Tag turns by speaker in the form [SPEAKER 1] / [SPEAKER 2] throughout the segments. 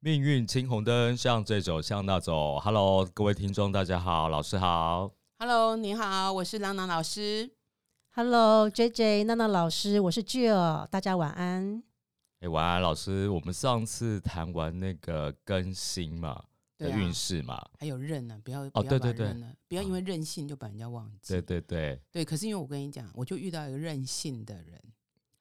[SPEAKER 1] 命运青红灯，向这走，向那走。Hello，各位听众，大家好，老师好。
[SPEAKER 2] Hello，你好，我是朗朗老
[SPEAKER 1] 哎
[SPEAKER 2] 师。
[SPEAKER 3] Hello J J 娜娜老师，我是 Jill，大家晚安。
[SPEAKER 1] 哎、晚安，老师。我们上次谈完那个更新嘛的
[SPEAKER 2] 对啊
[SPEAKER 1] 运势嘛，
[SPEAKER 2] 还有任呢、不要
[SPEAKER 1] 哦
[SPEAKER 2] 不要
[SPEAKER 1] 对
[SPEAKER 2] 把
[SPEAKER 1] 对对
[SPEAKER 2] 任了，不要因为任性就把人家忘记。
[SPEAKER 1] 对对对，
[SPEAKER 2] 对可是因为我跟你讲，我就遇到一个任性的 人。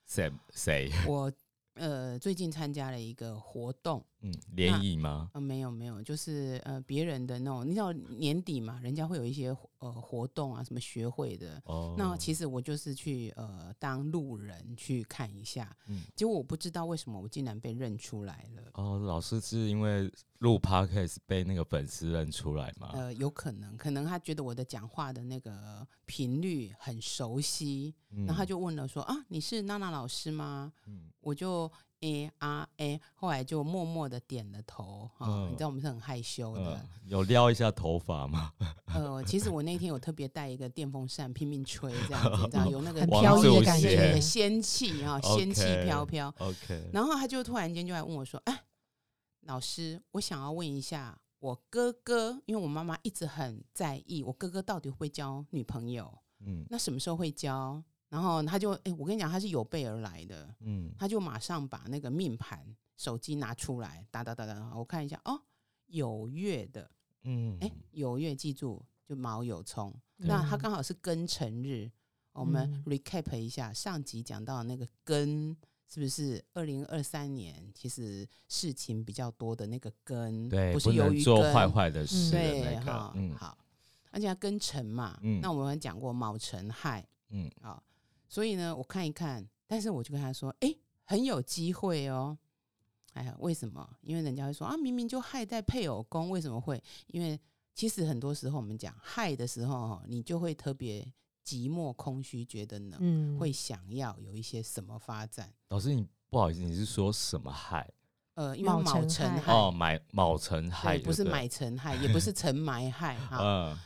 [SPEAKER 1] 谁谁？
[SPEAKER 2] 我呃最近参加了一个活动，
[SPEAKER 1] 嗯，联谊吗？
[SPEAKER 2] 呃没有没有，就是呃别人的那种，你知道年底嘛，人家会有一些呃活动啊，什么学会的。
[SPEAKER 1] 哦，
[SPEAKER 2] 那其实我就是去呃当路人去看一下，
[SPEAKER 1] 嗯
[SPEAKER 2] 结果我不知道为什么我竟然被认出来了。
[SPEAKER 1] 哦，老师是因为录 podcast 被那个粉丝认出来
[SPEAKER 3] 啊
[SPEAKER 1] 嘛？
[SPEAKER 2] 呃，有可能，可能他觉得我的讲话的那个频率很熟悉，
[SPEAKER 1] 嗯
[SPEAKER 2] 然后他就问了说：“啊，你是娜娜老师吗
[SPEAKER 1] 嗯？”
[SPEAKER 2] 我就诶啊诶，后来就默默的点了头啊、
[SPEAKER 1] 嗯
[SPEAKER 2] 你知道我们是很害羞的
[SPEAKER 1] 嗯。有撩一下头发吗？
[SPEAKER 2] 呃，其实我那天有特别带一个电风扇拼命吹，这样子，你知道有那个
[SPEAKER 3] 嗯很
[SPEAKER 1] 王
[SPEAKER 3] 飘逸
[SPEAKER 1] 祖
[SPEAKER 3] 的感
[SPEAKER 1] 贤
[SPEAKER 3] 觉
[SPEAKER 2] 对仙气啊，仙气
[SPEAKER 1] OK
[SPEAKER 2] 飘飘。
[SPEAKER 1] OK，
[SPEAKER 2] 然后他就突然间就来问我说：“哎，老师，我想要问一下我哥哥，因为我妈妈一直很在意我哥哥到底会不会交女朋友，
[SPEAKER 1] 嗯
[SPEAKER 2] 那什么时候会交？”然后他就，哎，我跟你讲，他是有备而来的，
[SPEAKER 1] 嗯，
[SPEAKER 2] 他就马上把那个命盘、手机拿出来，打打打打打，我看一下，哦，有月的，
[SPEAKER 1] 嗯，
[SPEAKER 2] 哎，有月，记住就卯酉冲，
[SPEAKER 1] 对
[SPEAKER 2] 那他刚好是庚辰日，我们
[SPEAKER 3] 嗯
[SPEAKER 2] recap 一下上集讲到那个庚，是不是二零二三年其实事情比较多的那个庚，
[SPEAKER 1] 对，
[SPEAKER 2] 不是由
[SPEAKER 1] 能
[SPEAKER 2] 于
[SPEAKER 1] 做
[SPEAKER 2] 庚
[SPEAKER 1] 坏坏的事的
[SPEAKER 2] 对
[SPEAKER 1] 那个
[SPEAKER 2] 哈，，
[SPEAKER 1] 嗯
[SPEAKER 2] 好，而且它庚辰嘛，
[SPEAKER 1] 嗯
[SPEAKER 2] 那我们讲过卯辰亥，
[SPEAKER 1] 嗯，
[SPEAKER 2] 啊，所以呢，我看一看，但是我就跟他说，诶，很有机会哦。哎呀，为什么？因为人家会说啊，明明就亥在配偶宫，为什么会？因为其实很多时候我们讲亥的时候哦，你就会特别寂寞、空虚，觉得冷，
[SPEAKER 3] 嗯，
[SPEAKER 2] 会想要有一些什么发展。
[SPEAKER 1] 老师，你不好意思，你是说什么害？
[SPEAKER 2] 呃，因为
[SPEAKER 3] 卯
[SPEAKER 2] 卯
[SPEAKER 3] 辰
[SPEAKER 2] 辰
[SPEAKER 3] 亥
[SPEAKER 2] 亥，
[SPEAKER 1] 哦，买卯辰
[SPEAKER 2] 对
[SPEAKER 1] 亥，
[SPEAKER 2] 不是
[SPEAKER 1] 对
[SPEAKER 2] 买 辰亥，也不是尘埋亥哈。
[SPEAKER 1] 嗯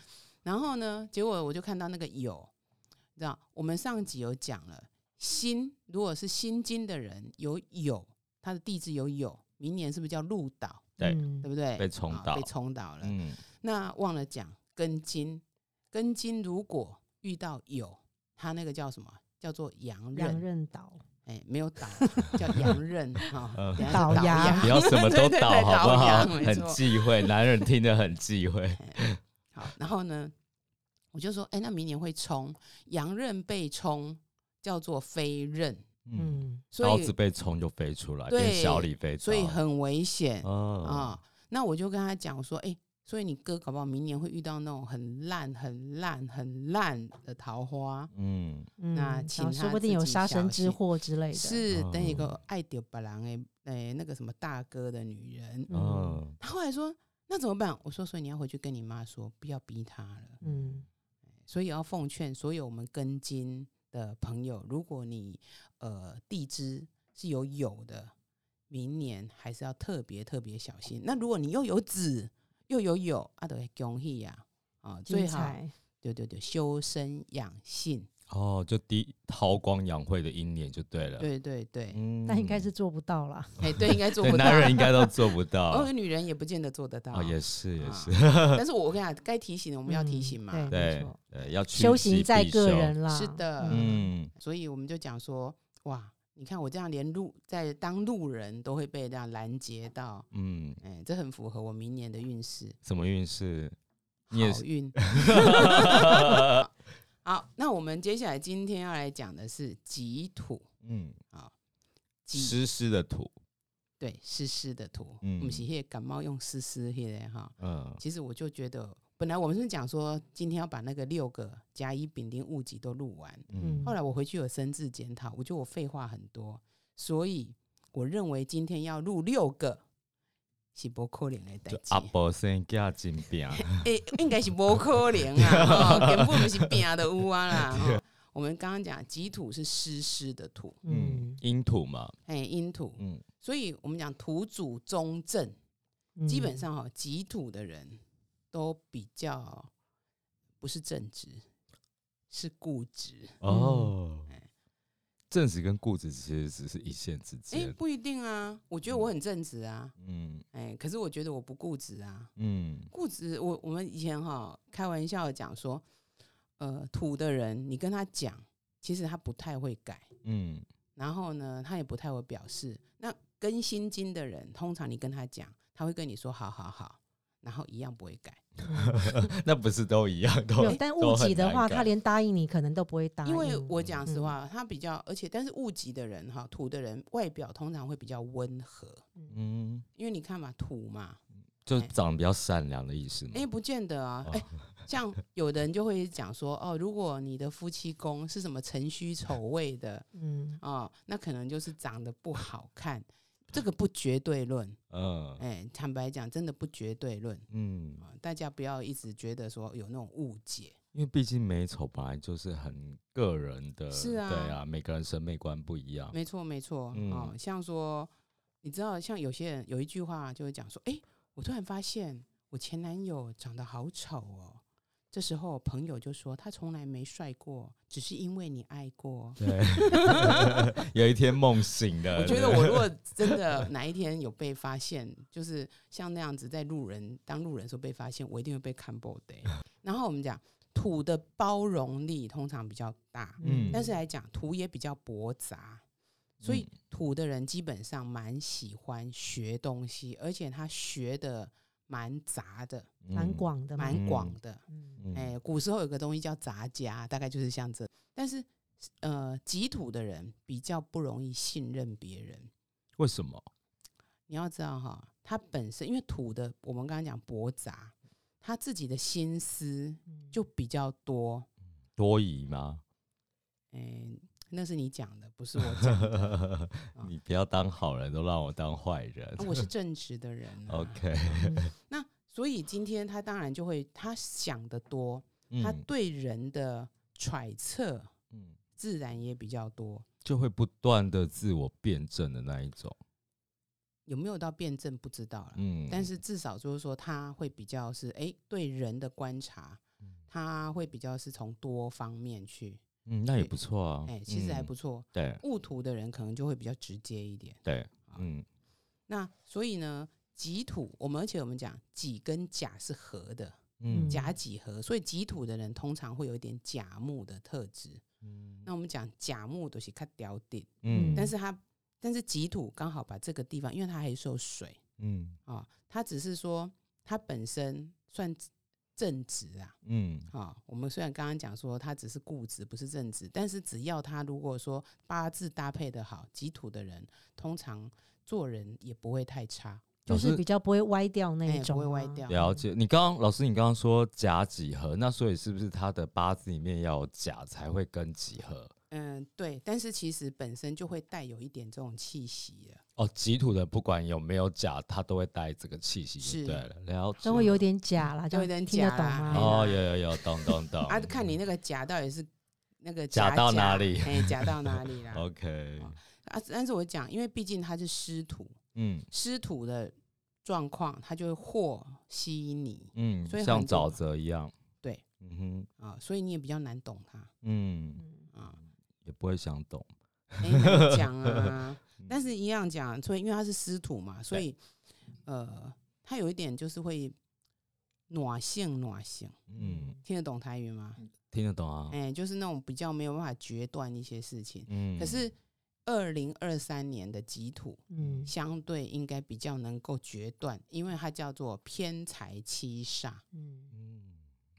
[SPEAKER 2] 然后呢，结果我就看到那个有，你知道，我们上集有讲了，心如果是心经的人有有，他的地支有有，明年是不是叫鹿岛，
[SPEAKER 1] 对
[SPEAKER 2] 对
[SPEAKER 3] 嗯
[SPEAKER 2] 不对？
[SPEAKER 1] 被冲
[SPEAKER 2] 啊
[SPEAKER 1] 倒
[SPEAKER 2] 被冲倒了。
[SPEAKER 1] 嗯
[SPEAKER 2] 那忘了讲根金，根金如果遇到有，他那个叫什么？叫做阳
[SPEAKER 3] 两
[SPEAKER 2] 刃，
[SPEAKER 3] 刃倒，
[SPEAKER 2] 哎，没有倒，叫阳刃哈，
[SPEAKER 1] 嗯
[SPEAKER 2] 等下是
[SPEAKER 3] 倒
[SPEAKER 2] 倒
[SPEAKER 3] 阳
[SPEAKER 1] 不要什么
[SPEAKER 2] 对
[SPEAKER 1] 都
[SPEAKER 2] 对对
[SPEAKER 1] 倒，好不
[SPEAKER 2] 倒
[SPEAKER 1] 好？
[SPEAKER 2] 羊没
[SPEAKER 1] 很
[SPEAKER 2] 错
[SPEAKER 1] 忌讳，男人听得很忌 讳。
[SPEAKER 2] 好，然后呢，我就说，哎，那明年会冲阳刃被冲，叫做飞刃，
[SPEAKER 1] 嗯，
[SPEAKER 3] 嗯，
[SPEAKER 2] 所
[SPEAKER 1] 刀
[SPEAKER 2] 以
[SPEAKER 1] 子被冲就飞出来，
[SPEAKER 2] 对
[SPEAKER 1] 变小李飞刀，
[SPEAKER 2] 所以很危险啊、
[SPEAKER 1] 啊，
[SPEAKER 2] 那我就跟他讲说，哎、所以你哥搞不好明年会遇到那种很烂、很烂、很烂的桃花，
[SPEAKER 1] 嗯
[SPEAKER 3] 嗯
[SPEAKER 2] 那
[SPEAKER 3] 然
[SPEAKER 2] 请
[SPEAKER 3] 后
[SPEAKER 2] 他
[SPEAKER 3] 说不定有
[SPEAKER 2] 自己
[SPEAKER 3] 杀身
[SPEAKER 2] 小
[SPEAKER 3] 之
[SPEAKER 2] 心
[SPEAKER 3] 祸之类的，
[SPEAKER 2] 是
[SPEAKER 1] 嗯
[SPEAKER 2] 等一个爱丢白狼哎哎那个什么大哥的女人。
[SPEAKER 3] 嗯
[SPEAKER 1] 嗯
[SPEAKER 2] 他后来说，那怎么办？我说，所以你要回去跟你妈说，不要逼她了。
[SPEAKER 3] 嗯
[SPEAKER 2] 所以要奉劝所有我们跟金的朋友，如果你呃地支是有酉的，明年还是要特别特别小心。那如果你又有子又有酉，啊，都恭喜呀啊，最
[SPEAKER 3] 精
[SPEAKER 2] 好
[SPEAKER 3] 彩，
[SPEAKER 2] 对对对，修身养性，
[SPEAKER 1] 哦，就第韬光养晦的一年就对了。
[SPEAKER 2] 对对对，
[SPEAKER 1] 嗯
[SPEAKER 3] 但应该是做不到啦。
[SPEAKER 2] 哎、对，应该做
[SPEAKER 1] 对
[SPEAKER 2] 不到，啊
[SPEAKER 1] 男人应该都做不到
[SPEAKER 2] 哦，。女人也不见得做得到，
[SPEAKER 1] 哦，也是也是，
[SPEAKER 2] 啊 但是我跟你讲，该提醒的我
[SPEAKER 3] 我
[SPEAKER 2] 们要提醒嘛，
[SPEAKER 3] 嗯对，没
[SPEAKER 1] 对
[SPEAKER 3] 错，
[SPEAKER 1] 对，要趋
[SPEAKER 3] 修
[SPEAKER 1] 吉
[SPEAKER 3] 行在
[SPEAKER 1] 避
[SPEAKER 3] 个
[SPEAKER 1] 凶。
[SPEAKER 3] 人啦，
[SPEAKER 2] 是的
[SPEAKER 1] 嗯，
[SPEAKER 2] 所以我们就讲说，哇，你看我这样连路在当路人都会被这样拦截到，
[SPEAKER 1] 嗯，
[SPEAKER 2] 哎、这很符合我明年的运势，
[SPEAKER 1] 什么运势？你也
[SPEAKER 2] 好
[SPEAKER 1] 是
[SPEAKER 2] 运。好，那我们接下来今天要来讲的是己土，
[SPEAKER 1] 嗯，
[SPEAKER 2] 己
[SPEAKER 1] 湿湿的土，
[SPEAKER 2] 对湿湿的土，
[SPEAKER 1] 嗯
[SPEAKER 2] 我们是些感冒用湿湿的哈。
[SPEAKER 1] 嗯，
[SPEAKER 2] 其实我就觉得，本来我们是讲说今天要把那个六个甲乙丙丁戊己都录完，
[SPEAKER 1] 嗯
[SPEAKER 3] 嗯
[SPEAKER 2] 后来我回去有深自检讨，我觉得我废话很多，所以我认为今天要录六个是不可能的代
[SPEAKER 1] 就
[SPEAKER 2] 志啊
[SPEAKER 1] 阿，伯生加金饼，
[SPEAKER 2] 诶、应该是不可能啊，哦、根本不是变的乌啊啦。 哦我们刚刚讲己土是湿湿的土，
[SPEAKER 1] 嗯
[SPEAKER 3] 嗯，，
[SPEAKER 1] 阴土嘛，
[SPEAKER 2] 哎、阴土，
[SPEAKER 1] 嗯，
[SPEAKER 2] 所以我们讲土主中正，
[SPEAKER 3] 嗯
[SPEAKER 2] 基本上哈、哦，己土的人都比较不是正直，是固执。
[SPEAKER 1] 哦
[SPEAKER 2] 哎，
[SPEAKER 1] 正直跟固执其实只是一线之嗯
[SPEAKER 2] 哎、
[SPEAKER 1] 间，
[SPEAKER 2] 不一定啊，我觉得我很正直啊，
[SPEAKER 1] 嗯，
[SPEAKER 2] 哎，可是我觉得我不固执啊，
[SPEAKER 1] 嗯
[SPEAKER 2] 固执。我我们以前哈开玩笑地讲说，呃，土的人你跟他讲，其实他不太会改，
[SPEAKER 1] 嗯
[SPEAKER 2] 然后呢，他也不太会表示。那跟心经的人，通常你跟他讲，他会跟你说好好好，然后一样不会改，
[SPEAKER 1] 那不是都一样都
[SPEAKER 3] 有，但误己的话，他连答应你可能都不会答应。嗯
[SPEAKER 2] 因为我讲实话，他比较，而且但是物极的人哈，土的人外表通常会比较温和，
[SPEAKER 1] 嗯，
[SPEAKER 2] 因为你看嘛，土嘛，
[SPEAKER 1] 就是长得比较善良的意思嘛
[SPEAKER 2] 哎、。不见得啊
[SPEAKER 1] 哦，
[SPEAKER 2] 哎、像有的人就会讲说，哦，如果你的夫妻宫是什么辰戌丑未的
[SPEAKER 3] 嗯，
[SPEAKER 2] 哦，那可能就是长得不好看，这个不绝对论，
[SPEAKER 1] 嗯
[SPEAKER 2] 哎、坦白讲，真的不绝对论。
[SPEAKER 1] 嗯，
[SPEAKER 2] 啊，大家不要一直觉得说有那种误解，
[SPEAKER 1] 因为毕竟美丑本来就是很个人的，
[SPEAKER 2] 是啊
[SPEAKER 1] 对啊，每个人审美观不一样。
[SPEAKER 2] 没错没错，
[SPEAKER 1] 哦嗯
[SPEAKER 2] 哦，像说，你知道，像有些人有一句话就会讲说，哎、我突然发现我前男友长得好丑哦。这时候朋友就说他从来没帅过，只是因为你爱过。
[SPEAKER 1] 对，有一天梦醒嗯了，
[SPEAKER 2] 我觉得
[SPEAKER 1] 呃对
[SPEAKER 2] 我如果真的哪一天有被发现，就是像那样子在路人当路人的时候被发现，我一定会被看 爆的欸。然后我们讲土的包容力通常比较大，
[SPEAKER 1] 嗯
[SPEAKER 2] 但是来讲土也比较驳杂，所以
[SPEAKER 1] 嗯
[SPEAKER 2] 土的人基本上蛮喜欢学东西，而且他学的蛮杂的，
[SPEAKER 3] 蛮
[SPEAKER 1] 嗯
[SPEAKER 3] 广的嘛，
[SPEAKER 2] 蛮广的。
[SPEAKER 3] 嗯
[SPEAKER 1] 嗯
[SPEAKER 2] 哎、古时候有个东西叫杂家，大概就是像这。但是，呃，极土的人比较不容易信任别人。
[SPEAKER 1] 为什么？
[SPEAKER 2] 你要知道哈，他本身因为土的，我们刚刚讲驳杂，他自己的心思
[SPEAKER 3] 嗯
[SPEAKER 2] 就比较多。
[SPEAKER 1] 多疑 吗？
[SPEAKER 2] 哎、那是你讲的，不是我 讲的。啊
[SPEAKER 1] 你不要当好人，都让我当坏人
[SPEAKER 2] 啊。我是正直的人、啊。
[SPEAKER 1] OK，
[SPEAKER 3] 嗯
[SPEAKER 2] 那所以今天他当然就会，他想得多，他
[SPEAKER 1] 嗯
[SPEAKER 2] 对人的揣测
[SPEAKER 1] 嗯，
[SPEAKER 2] 自然也比较多。
[SPEAKER 1] 就会不断的自我辩证的那一种。
[SPEAKER 2] 有没有到辩证不知道了，
[SPEAKER 1] 嗯，
[SPEAKER 2] 但是至少就是说他会比较是哎、诶对人的观察，他会比较是从多方面去，
[SPEAKER 1] 嗯，那也
[SPEAKER 2] 对
[SPEAKER 1] 不错啊。
[SPEAKER 2] 哎、其实还
[SPEAKER 1] 嗯
[SPEAKER 2] 不错。
[SPEAKER 1] 对
[SPEAKER 2] 戊土的人可能就会比较直接一点。
[SPEAKER 1] 对，
[SPEAKER 2] 啊
[SPEAKER 1] 嗯
[SPEAKER 2] 那所以呢，己土，我们而且我们讲己跟甲是合的，
[SPEAKER 1] 嗯
[SPEAKER 2] 甲己合，所以己土的人通常会有一点甲木的特质。
[SPEAKER 1] 嗯
[SPEAKER 2] 那我们讲甲木都是看屌顶，
[SPEAKER 1] 嗯
[SPEAKER 2] 但是它但是己土刚好把这个地方，因为它还是有水
[SPEAKER 1] 嗯
[SPEAKER 2] 啊、它只是说它本身算正直啊。
[SPEAKER 1] 嗯
[SPEAKER 2] 啊、我们虽然刚刚讲说它只是固执，不是正直，但是只要他如果说八字搭配的好，己土的人通常做人也不会太差。
[SPEAKER 3] 就
[SPEAKER 1] 老
[SPEAKER 3] 是
[SPEAKER 1] 师
[SPEAKER 3] 比较不会歪掉那
[SPEAKER 2] 哎
[SPEAKER 3] 一
[SPEAKER 2] 不
[SPEAKER 3] 种啊，
[SPEAKER 2] 会歪掉
[SPEAKER 1] 了解。你刚刚老师，你刚刚说甲几何，那所以是不是他的八字里面要有甲才会跟几何？
[SPEAKER 2] 嗯，对，但是其实本身就会带有一点这种气息了。
[SPEAKER 1] 哦，己土的不管有没有甲，它都会带这个气息，
[SPEAKER 2] 是嗯
[SPEAKER 1] 对了，了解。
[SPEAKER 3] 都会有点假啦，
[SPEAKER 2] 都有
[SPEAKER 3] 这样
[SPEAKER 2] 点
[SPEAKER 3] 听得
[SPEAKER 2] 假
[SPEAKER 3] 懂
[SPEAKER 2] 啦
[SPEAKER 3] 吗？哎
[SPEAKER 1] 哦，有有有，懂 懂懂。
[SPEAKER 2] 哎啊，看你那个夹到底是那个
[SPEAKER 1] 夹
[SPEAKER 2] 夹
[SPEAKER 1] 到
[SPEAKER 2] 夹
[SPEAKER 1] 哪里
[SPEAKER 2] 哎，夹到哪 里啦？
[SPEAKER 1] OK，
[SPEAKER 2] 啊，但是我讲，因为毕竟它是湿土，
[SPEAKER 1] 嗯
[SPEAKER 2] 湿土的状况，它就会和稀泥
[SPEAKER 1] 嗯，
[SPEAKER 2] 所以
[SPEAKER 1] 像
[SPEAKER 2] 很多
[SPEAKER 1] 沼泽一样。
[SPEAKER 2] 对，
[SPEAKER 1] 嗯哼，
[SPEAKER 2] 啊，所以你也比较难懂它
[SPEAKER 1] 嗯，
[SPEAKER 3] 嗯
[SPEAKER 2] 啊。
[SPEAKER 1] 也不会想懂。
[SPEAKER 2] 哎，难讲
[SPEAKER 1] 嗯
[SPEAKER 2] 啊，但是一样讲，所以因为它是湿土嘛，所以呃，它有一点就是会暖性暖性，
[SPEAKER 1] 嗯，
[SPEAKER 2] 听得懂台语吗？
[SPEAKER 1] 听得懂啊。
[SPEAKER 2] 哎、就是那种比较没有办法决断一些事情。
[SPEAKER 1] 嗯，
[SPEAKER 2] 可是二零二三年的己土
[SPEAKER 3] 嗯
[SPEAKER 2] 相对应该比较能够决断，因为它叫做偏财七煞，
[SPEAKER 3] 嗯
[SPEAKER 1] 嗯，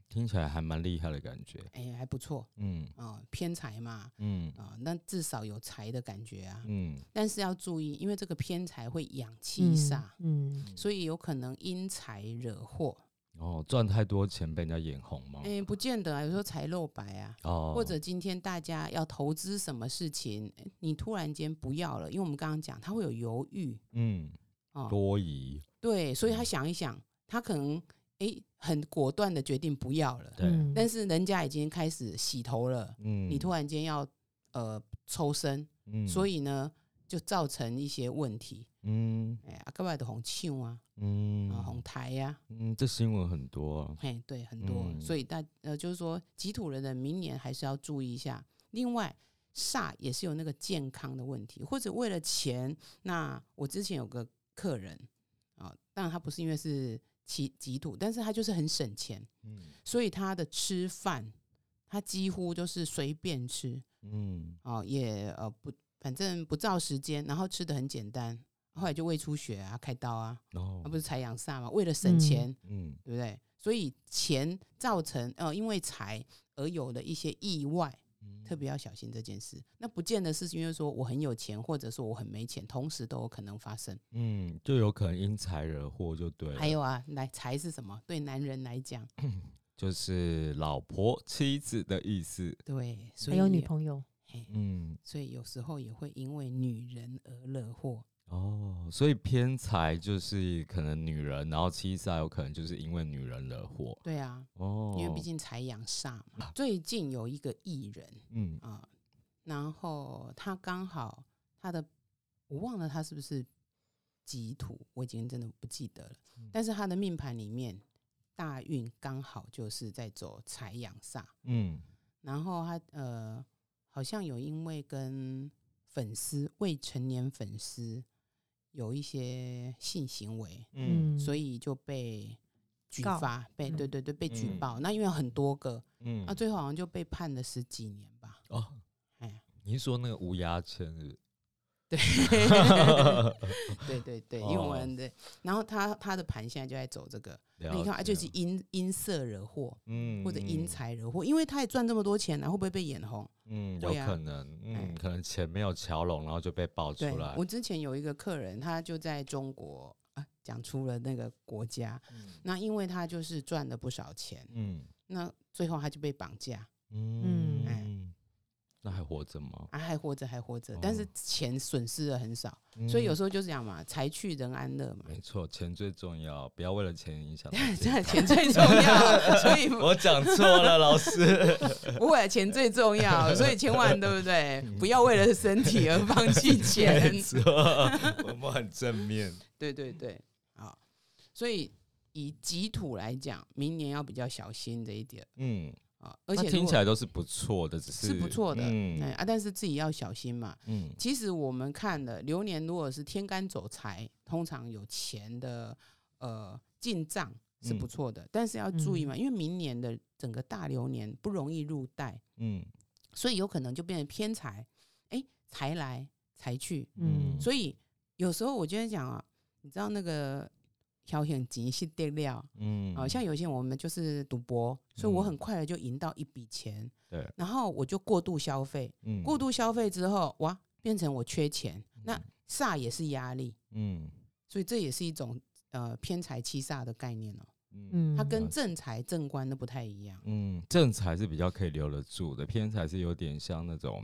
[SPEAKER 1] 听起来还蛮厉害的感觉。
[SPEAKER 2] 哎、还不错
[SPEAKER 1] 嗯
[SPEAKER 2] 啊、偏财嘛
[SPEAKER 1] 嗯
[SPEAKER 2] 啊、那至少有财的感觉啊。
[SPEAKER 1] 嗯
[SPEAKER 2] 但是要注意，因为这个偏财会养七煞，
[SPEAKER 3] 嗯，
[SPEAKER 2] 所以有可能因财惹祸。
[SPEAKER 1] 哦，赚太多钱被人家眼红吗？
[SPEAKER 2] 哎、不见得啊，有时候财露白啊。
[SPEAKER 1] 哦，
[SPEAKER 2] 或者今天大家要投资什么事情，诶你突然间不要了，因为我们刚刚讲他会有犹豫
[SPEAKER 1] 嗯，
[SPEAKER 2] 哦，
[SPEAKER 1] 多嗯疑，
[SPEAKER 2] 对，所以他想一想，他可能诶很果断的决定不要了，
[SPEAKER 1] 对，
[SPEAKER 3] 嗯
[SPEAKER 2] 但是人家已经开始洗头了，
[SPEAKER 1] 嗯，
[SPEAKER 2] 你突然间要呃抽身，
[SPEAKER 1] 嗯，
[SPEAKER 2] 所以呢就造成一些问题，
[SPEAKER 1] 嗯
[SPEAKER 2] 哎、啊，各外的红庆啊，
[SPEAKER 1] 嗯
[SPEAKER 2] 啊红台呀、啊。
[SPEAKER 1] 嗯，这新闻很多啊。
[SPEAKER 2] 嘿，对，很多，
[SPEAKER 1] 嗯
[SPEAKER 2] 所以大呃，就是说，己土人的明年还是要注意一下。另外，煞也是有那个健康的问题，或者为了钱，那我之前有个客人，啊、当然他不是因为是其极土，但是他就是很省钱，
[SPEAKER 1] 嗯
[SPEAKER 2] 所以他的吃饭他几乎就是随便吃
[SPEAKER 1] 嗯，
[SPEAKER 2] 啊、也呃不，反正不照时间，然后吃的很简单。后来就胃出血啊，开刀啊，
[SPEAKER 1] 然后
[SPEAKER 2] 那、不是财养煞嘛？为了省钱，
[SPEAKER 1] 哦嗯
[SPEAKER 2] 对不对？所以钱造成呃，因为财而有的一些意外，
[SPEAKER 1] 嗯
[SPEAKER 2] 特别要小心这件事。那不见得是因为说我很有钱，或者说我很没钱，同时都有可能发生。
[SPEAKER 1] 嗯，就有可能因财惹祸就对了，
[SPEAKER 2] 还有啊，来财是什么？对男人来讲，
[SPEAKER 1] 就是老婆妻子的意思。
[SPEAKER 2] 对，所
[SPEAKER 3] 还
[SPEAKER 2] 以
[SPEAKER 3] 有女朋友，
[SPEAKER 2] 嘿
[SPEAKER 1] 嗯
[SPEAKER 2] 所以有时候也会因为女人而惹祸。
[SPEAKER 1] 哦，所以偏财就是可能女人，然后妻煞有可能就是因为女人惹祸
[SPEAKER 2] 对啊，
[SPEAKER 1] 哦，
[SPEAKER 2] 因为毕竟财养煞嘛。最近有一个艺人
[SPEAKER 1] 嗯
[SPEAKER 2] 啊、然后他刚好他的我忘了他是不是己土，我已经真的不记得了。
[SPEAKER 1] 嗯
[SPEAKER 2] 但是他的命盘里面大运刚好就是在走财养煞，
[SPEAKER 1] 嗯
[SPEAKER 2] 然后他呃好像有因为跟粉丝未成年粉丝有一些性行为，
[SPEAKER 1] 嗯
[SPEAKER 2] 所以就被。举
[SPEAKER 3] 告
[SPEAKER 2] 发被
[SPEAKER 3] 嗯
[SPEAKER 2] 对对对被举
[SPEAKER 1] 嗯
[SPEAKER 2] 报，那因为有很多个，
[SPEAKER 1] 嗯
[SPEAKER 2] 那、啊最后好像就被判了十几年吧。
[SPEAKER 1] 哦，
[SPEAKER 2] 哎呀，
[SPEAKER 1] 你是说那个无牙签是不是？
[SPEAKER 2] 对， 对 对对，因为我
[SPEAKER 1] 哦
[SPEAKER 2] 们的，然后他他的盘现在就在走这个，那你看啊，
[SPEAKER 1] 了
[SPEAKER 2] 就
[SPEAKER 1] 解
[SPEAKER 2] 是因因色惹祸
[SPEAKER 1] 嗯
[SPEAKER 2] 或者因
[SPEAKER 1] 嗯
[SPEAKER 2] 财惹祸，因为他也赚这么多钱了、啊会不会被眼红？
[SPEAKER 1] 嗯，有
[SPEAKER 2] 会啊
[SPEAKER 1] 可能，
[SPEAKER 2] 哎
[SPEAKER 1] 嗯，可能钱没有瞧拢，然后就被爆
[SPEAKER 2] 对
[SPEAKER 1] 出来
[SPEAKER 2] 我。之前有一个客人，他就在中国啊，讲出了那个国家，那因为他就是赚了不少钱，
[SPEAKER 1] 嗯
[SPEAKER 2] 那最后他就被绑架，
[SPEAKER 1] 嗯
[SPEAKER 3] 嗯
[SPEAKER 2] 哎
[SPEAKER 1] 嗯，那还活着吗？
[SPEAKER 2] 啊还活着还活着，但是
[SPEAKER 1] 哦
[SPEAKER 2] 钱损失的很少，所以有
[SPEAKER 1] 嗯
[SPEAKER 2] 时候就这样嘛，财去人安乐嘛，
[SPEAKER 1] 没错，钱最重要，不要为了钱影响到
[SPEAKER 2] 这
[SPEAKER 1] 健
[SPEAKER 2] 样
[SPEAKER 1] 康。
[SPEAKER 2] 钱最重要，所以
[SPEAKER 1] 我讲错了，老 师。
[SPEAKER 2] 不会，钱最重要，所以千万对不 对？不要为了身体而放弃钱
[SPEAKER 1] 没。错，我们很正面。
[SPEAKER 2] 对对对，好，所以以己土来讲，明年要比较小心这一点
[SPEAKER 1] 嗯，
[SPEAKER 2] 啊。 而
[SPEAKER 1] 那
[SPEAKER 2] 且
[SPEAKER 1] 听
[SPEAKER 2] 如
[SPEAKER 1] 起
[SPEAKER 2] 果
[SPEAKER 1] 来都是不错的，只
[SPEAKER 2] 是不错的，哎
[SPEAKER 1] 嗯
[SPEAKER 2] 啊，但是自己要小心嘛。
[SPEAKER 1] 嗯
[SPEAKER 2] 其实我们看了流年，如果是天干走财，通常有钱的呃进账是不
[SPEAKER 1] 嗯
[SPEAKER 2] 错的，但是要注意嘛，因为明年的整个大流年不容易入袋，
[SPEAKER 1] 嗯
[SPEAKER 2] 所以有可能就变成偏财，哎，财来财去，
[SPEAKER 3] 嗯
[SPEAKER 2] 所以有时候我就在讲啊，你知道那个挑选急是定料，
[SPEAKER 1] 嗯
[SPEAKER 2] 好、像有些人我们就是赌博，所以我
[SPEAKER 1] 嗯
[SPEAKER 2] 很快的就赢到一笔钱，
[SPEAKER 1] 对，
[SPEAKER 2] 然后我就过度消费，
[SPEAKER 1] 嗯
[SPEAKER 2] 过度消费之后，哇，变成我缺钱，那煞也是压力，
[SPEAKER 1] 嗯
[SPEAKER 2] 所以这也是一种呃偏财七煞的概念哦，
[SPEAKER 1] 嗯
[SPEAKER 3] 嗯，
[SPEAKER 2] 它跟
[SPEAKER 1] 了
[SPEAKER 2] 正财正官都不太一样，
[SPEAKER 1] 嗯，正财是比较可以留得住的，偏财是有点像那种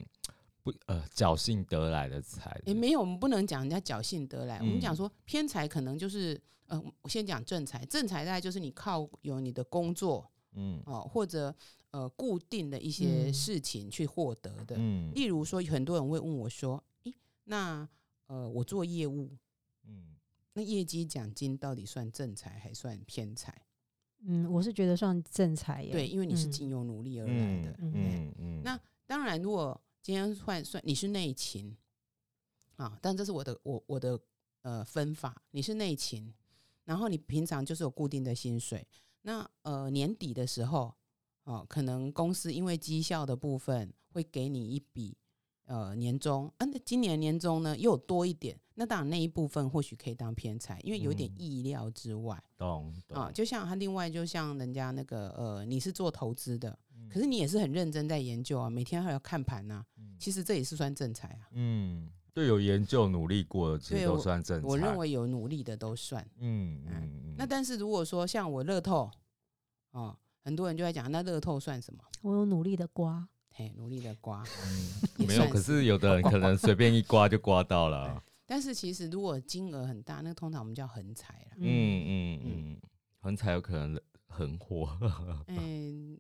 [SPEAKER 1] 不呃侥幸得来的财。
[SPEAKER 2] 也没有，我们不能讲人家侥幸得来，我们讲
[SPEAKER 1] 嗯
[SPEAKER 2] 说偏财可能就是，呃，我先讲正财，正财大概就是你靠有你的工作
[SPEAKER 1] 嗯
[SPEAKER 2] 哦、或者呃固定的一些
[SPEAKER 3] 嗯
[SPEAKER 2] 事情去获得的。
[SPEAKER 1] 嗯
[SPEAKER 2] 例如说，很多人会问我说：“诶，那呃，我做业务，
[SPEAKER 1] 嗯
[SPEAKER 2] 那业绩奖金到底算正财还算偏财
[SPEAKER 3] 嗯，我是觉得算正财？”耶。
[SPEAKER 2] 对，，因为你是
[SPEAKER 3] 嗯
[SPEAKER 2] 经由努力而来的。
[SPEAKER 3] 嗯
[SPEAKER 1] 嗯嗯
[SPEAKER 2] 那当然，如果今天换算你是内勤啊，但这是我的我我的呃分法，你是内勤，然后你平常就是有固定的薪水，那呃年底的时候哦、可能公司因为绩效的部分会给你一笔。呃，年终，啊，那今年年终呢又多一点，那当然那一部分或许可以当偏财，因为有点
[SPEAKER 1] 嗯
[SPEAKER 2] 意料之外、
[SPEAKER 1] 懂懂
[SPEAKER 2] 啊。就像他另外，就像人家那个呃，你是做投资的，
[SPEAKER 1] 嗯
[SPEAKER 2] 可是你也是很认真在研究啊，每天还要看盘呐、
[SPEAKER 1] 嗯
[SPEAKER 2] 其实这也是算正财啊，
[SPEAKER 1] 嗯，对，有研究努力过的，其
[SPEAKER 2] 对
[SPEAKER 1] 实都
[SPEAKER 2] 我
[SPEAKER 1] 算正财。
[SPEAKER 2] 我认为有努力的都算。
[SPEAKER 1] 嗯，嗯
[SPEAKER 2] 嗯
[SPEAKER 1] 嗯
[SPEAKER 2] 那但是如果说像我乐透，哦，很多人就在讲，那乐透算什么？
[SPEAKER 3] 我有努力的刮，
[SPEAKER 2] 嘿，努力的刮。
[SPEAKER 1] 嗯
[SPEAKER 2] 也
[SPEAKER 1] 没有，
[SPEAKER 2] 算
[SPEAKER 1] 可
[SPEAKER 2] 是
[SPEAKER 1] 是有的人可能随便一刮就刮到 了。
[SPEAKER 2] 但是其实如果金额很大，那通常我们叫横财啦。
[SPEAKER 1] 嗯嗯嗯，横财有可能横祸。
[SPEAKER 2] 嗯，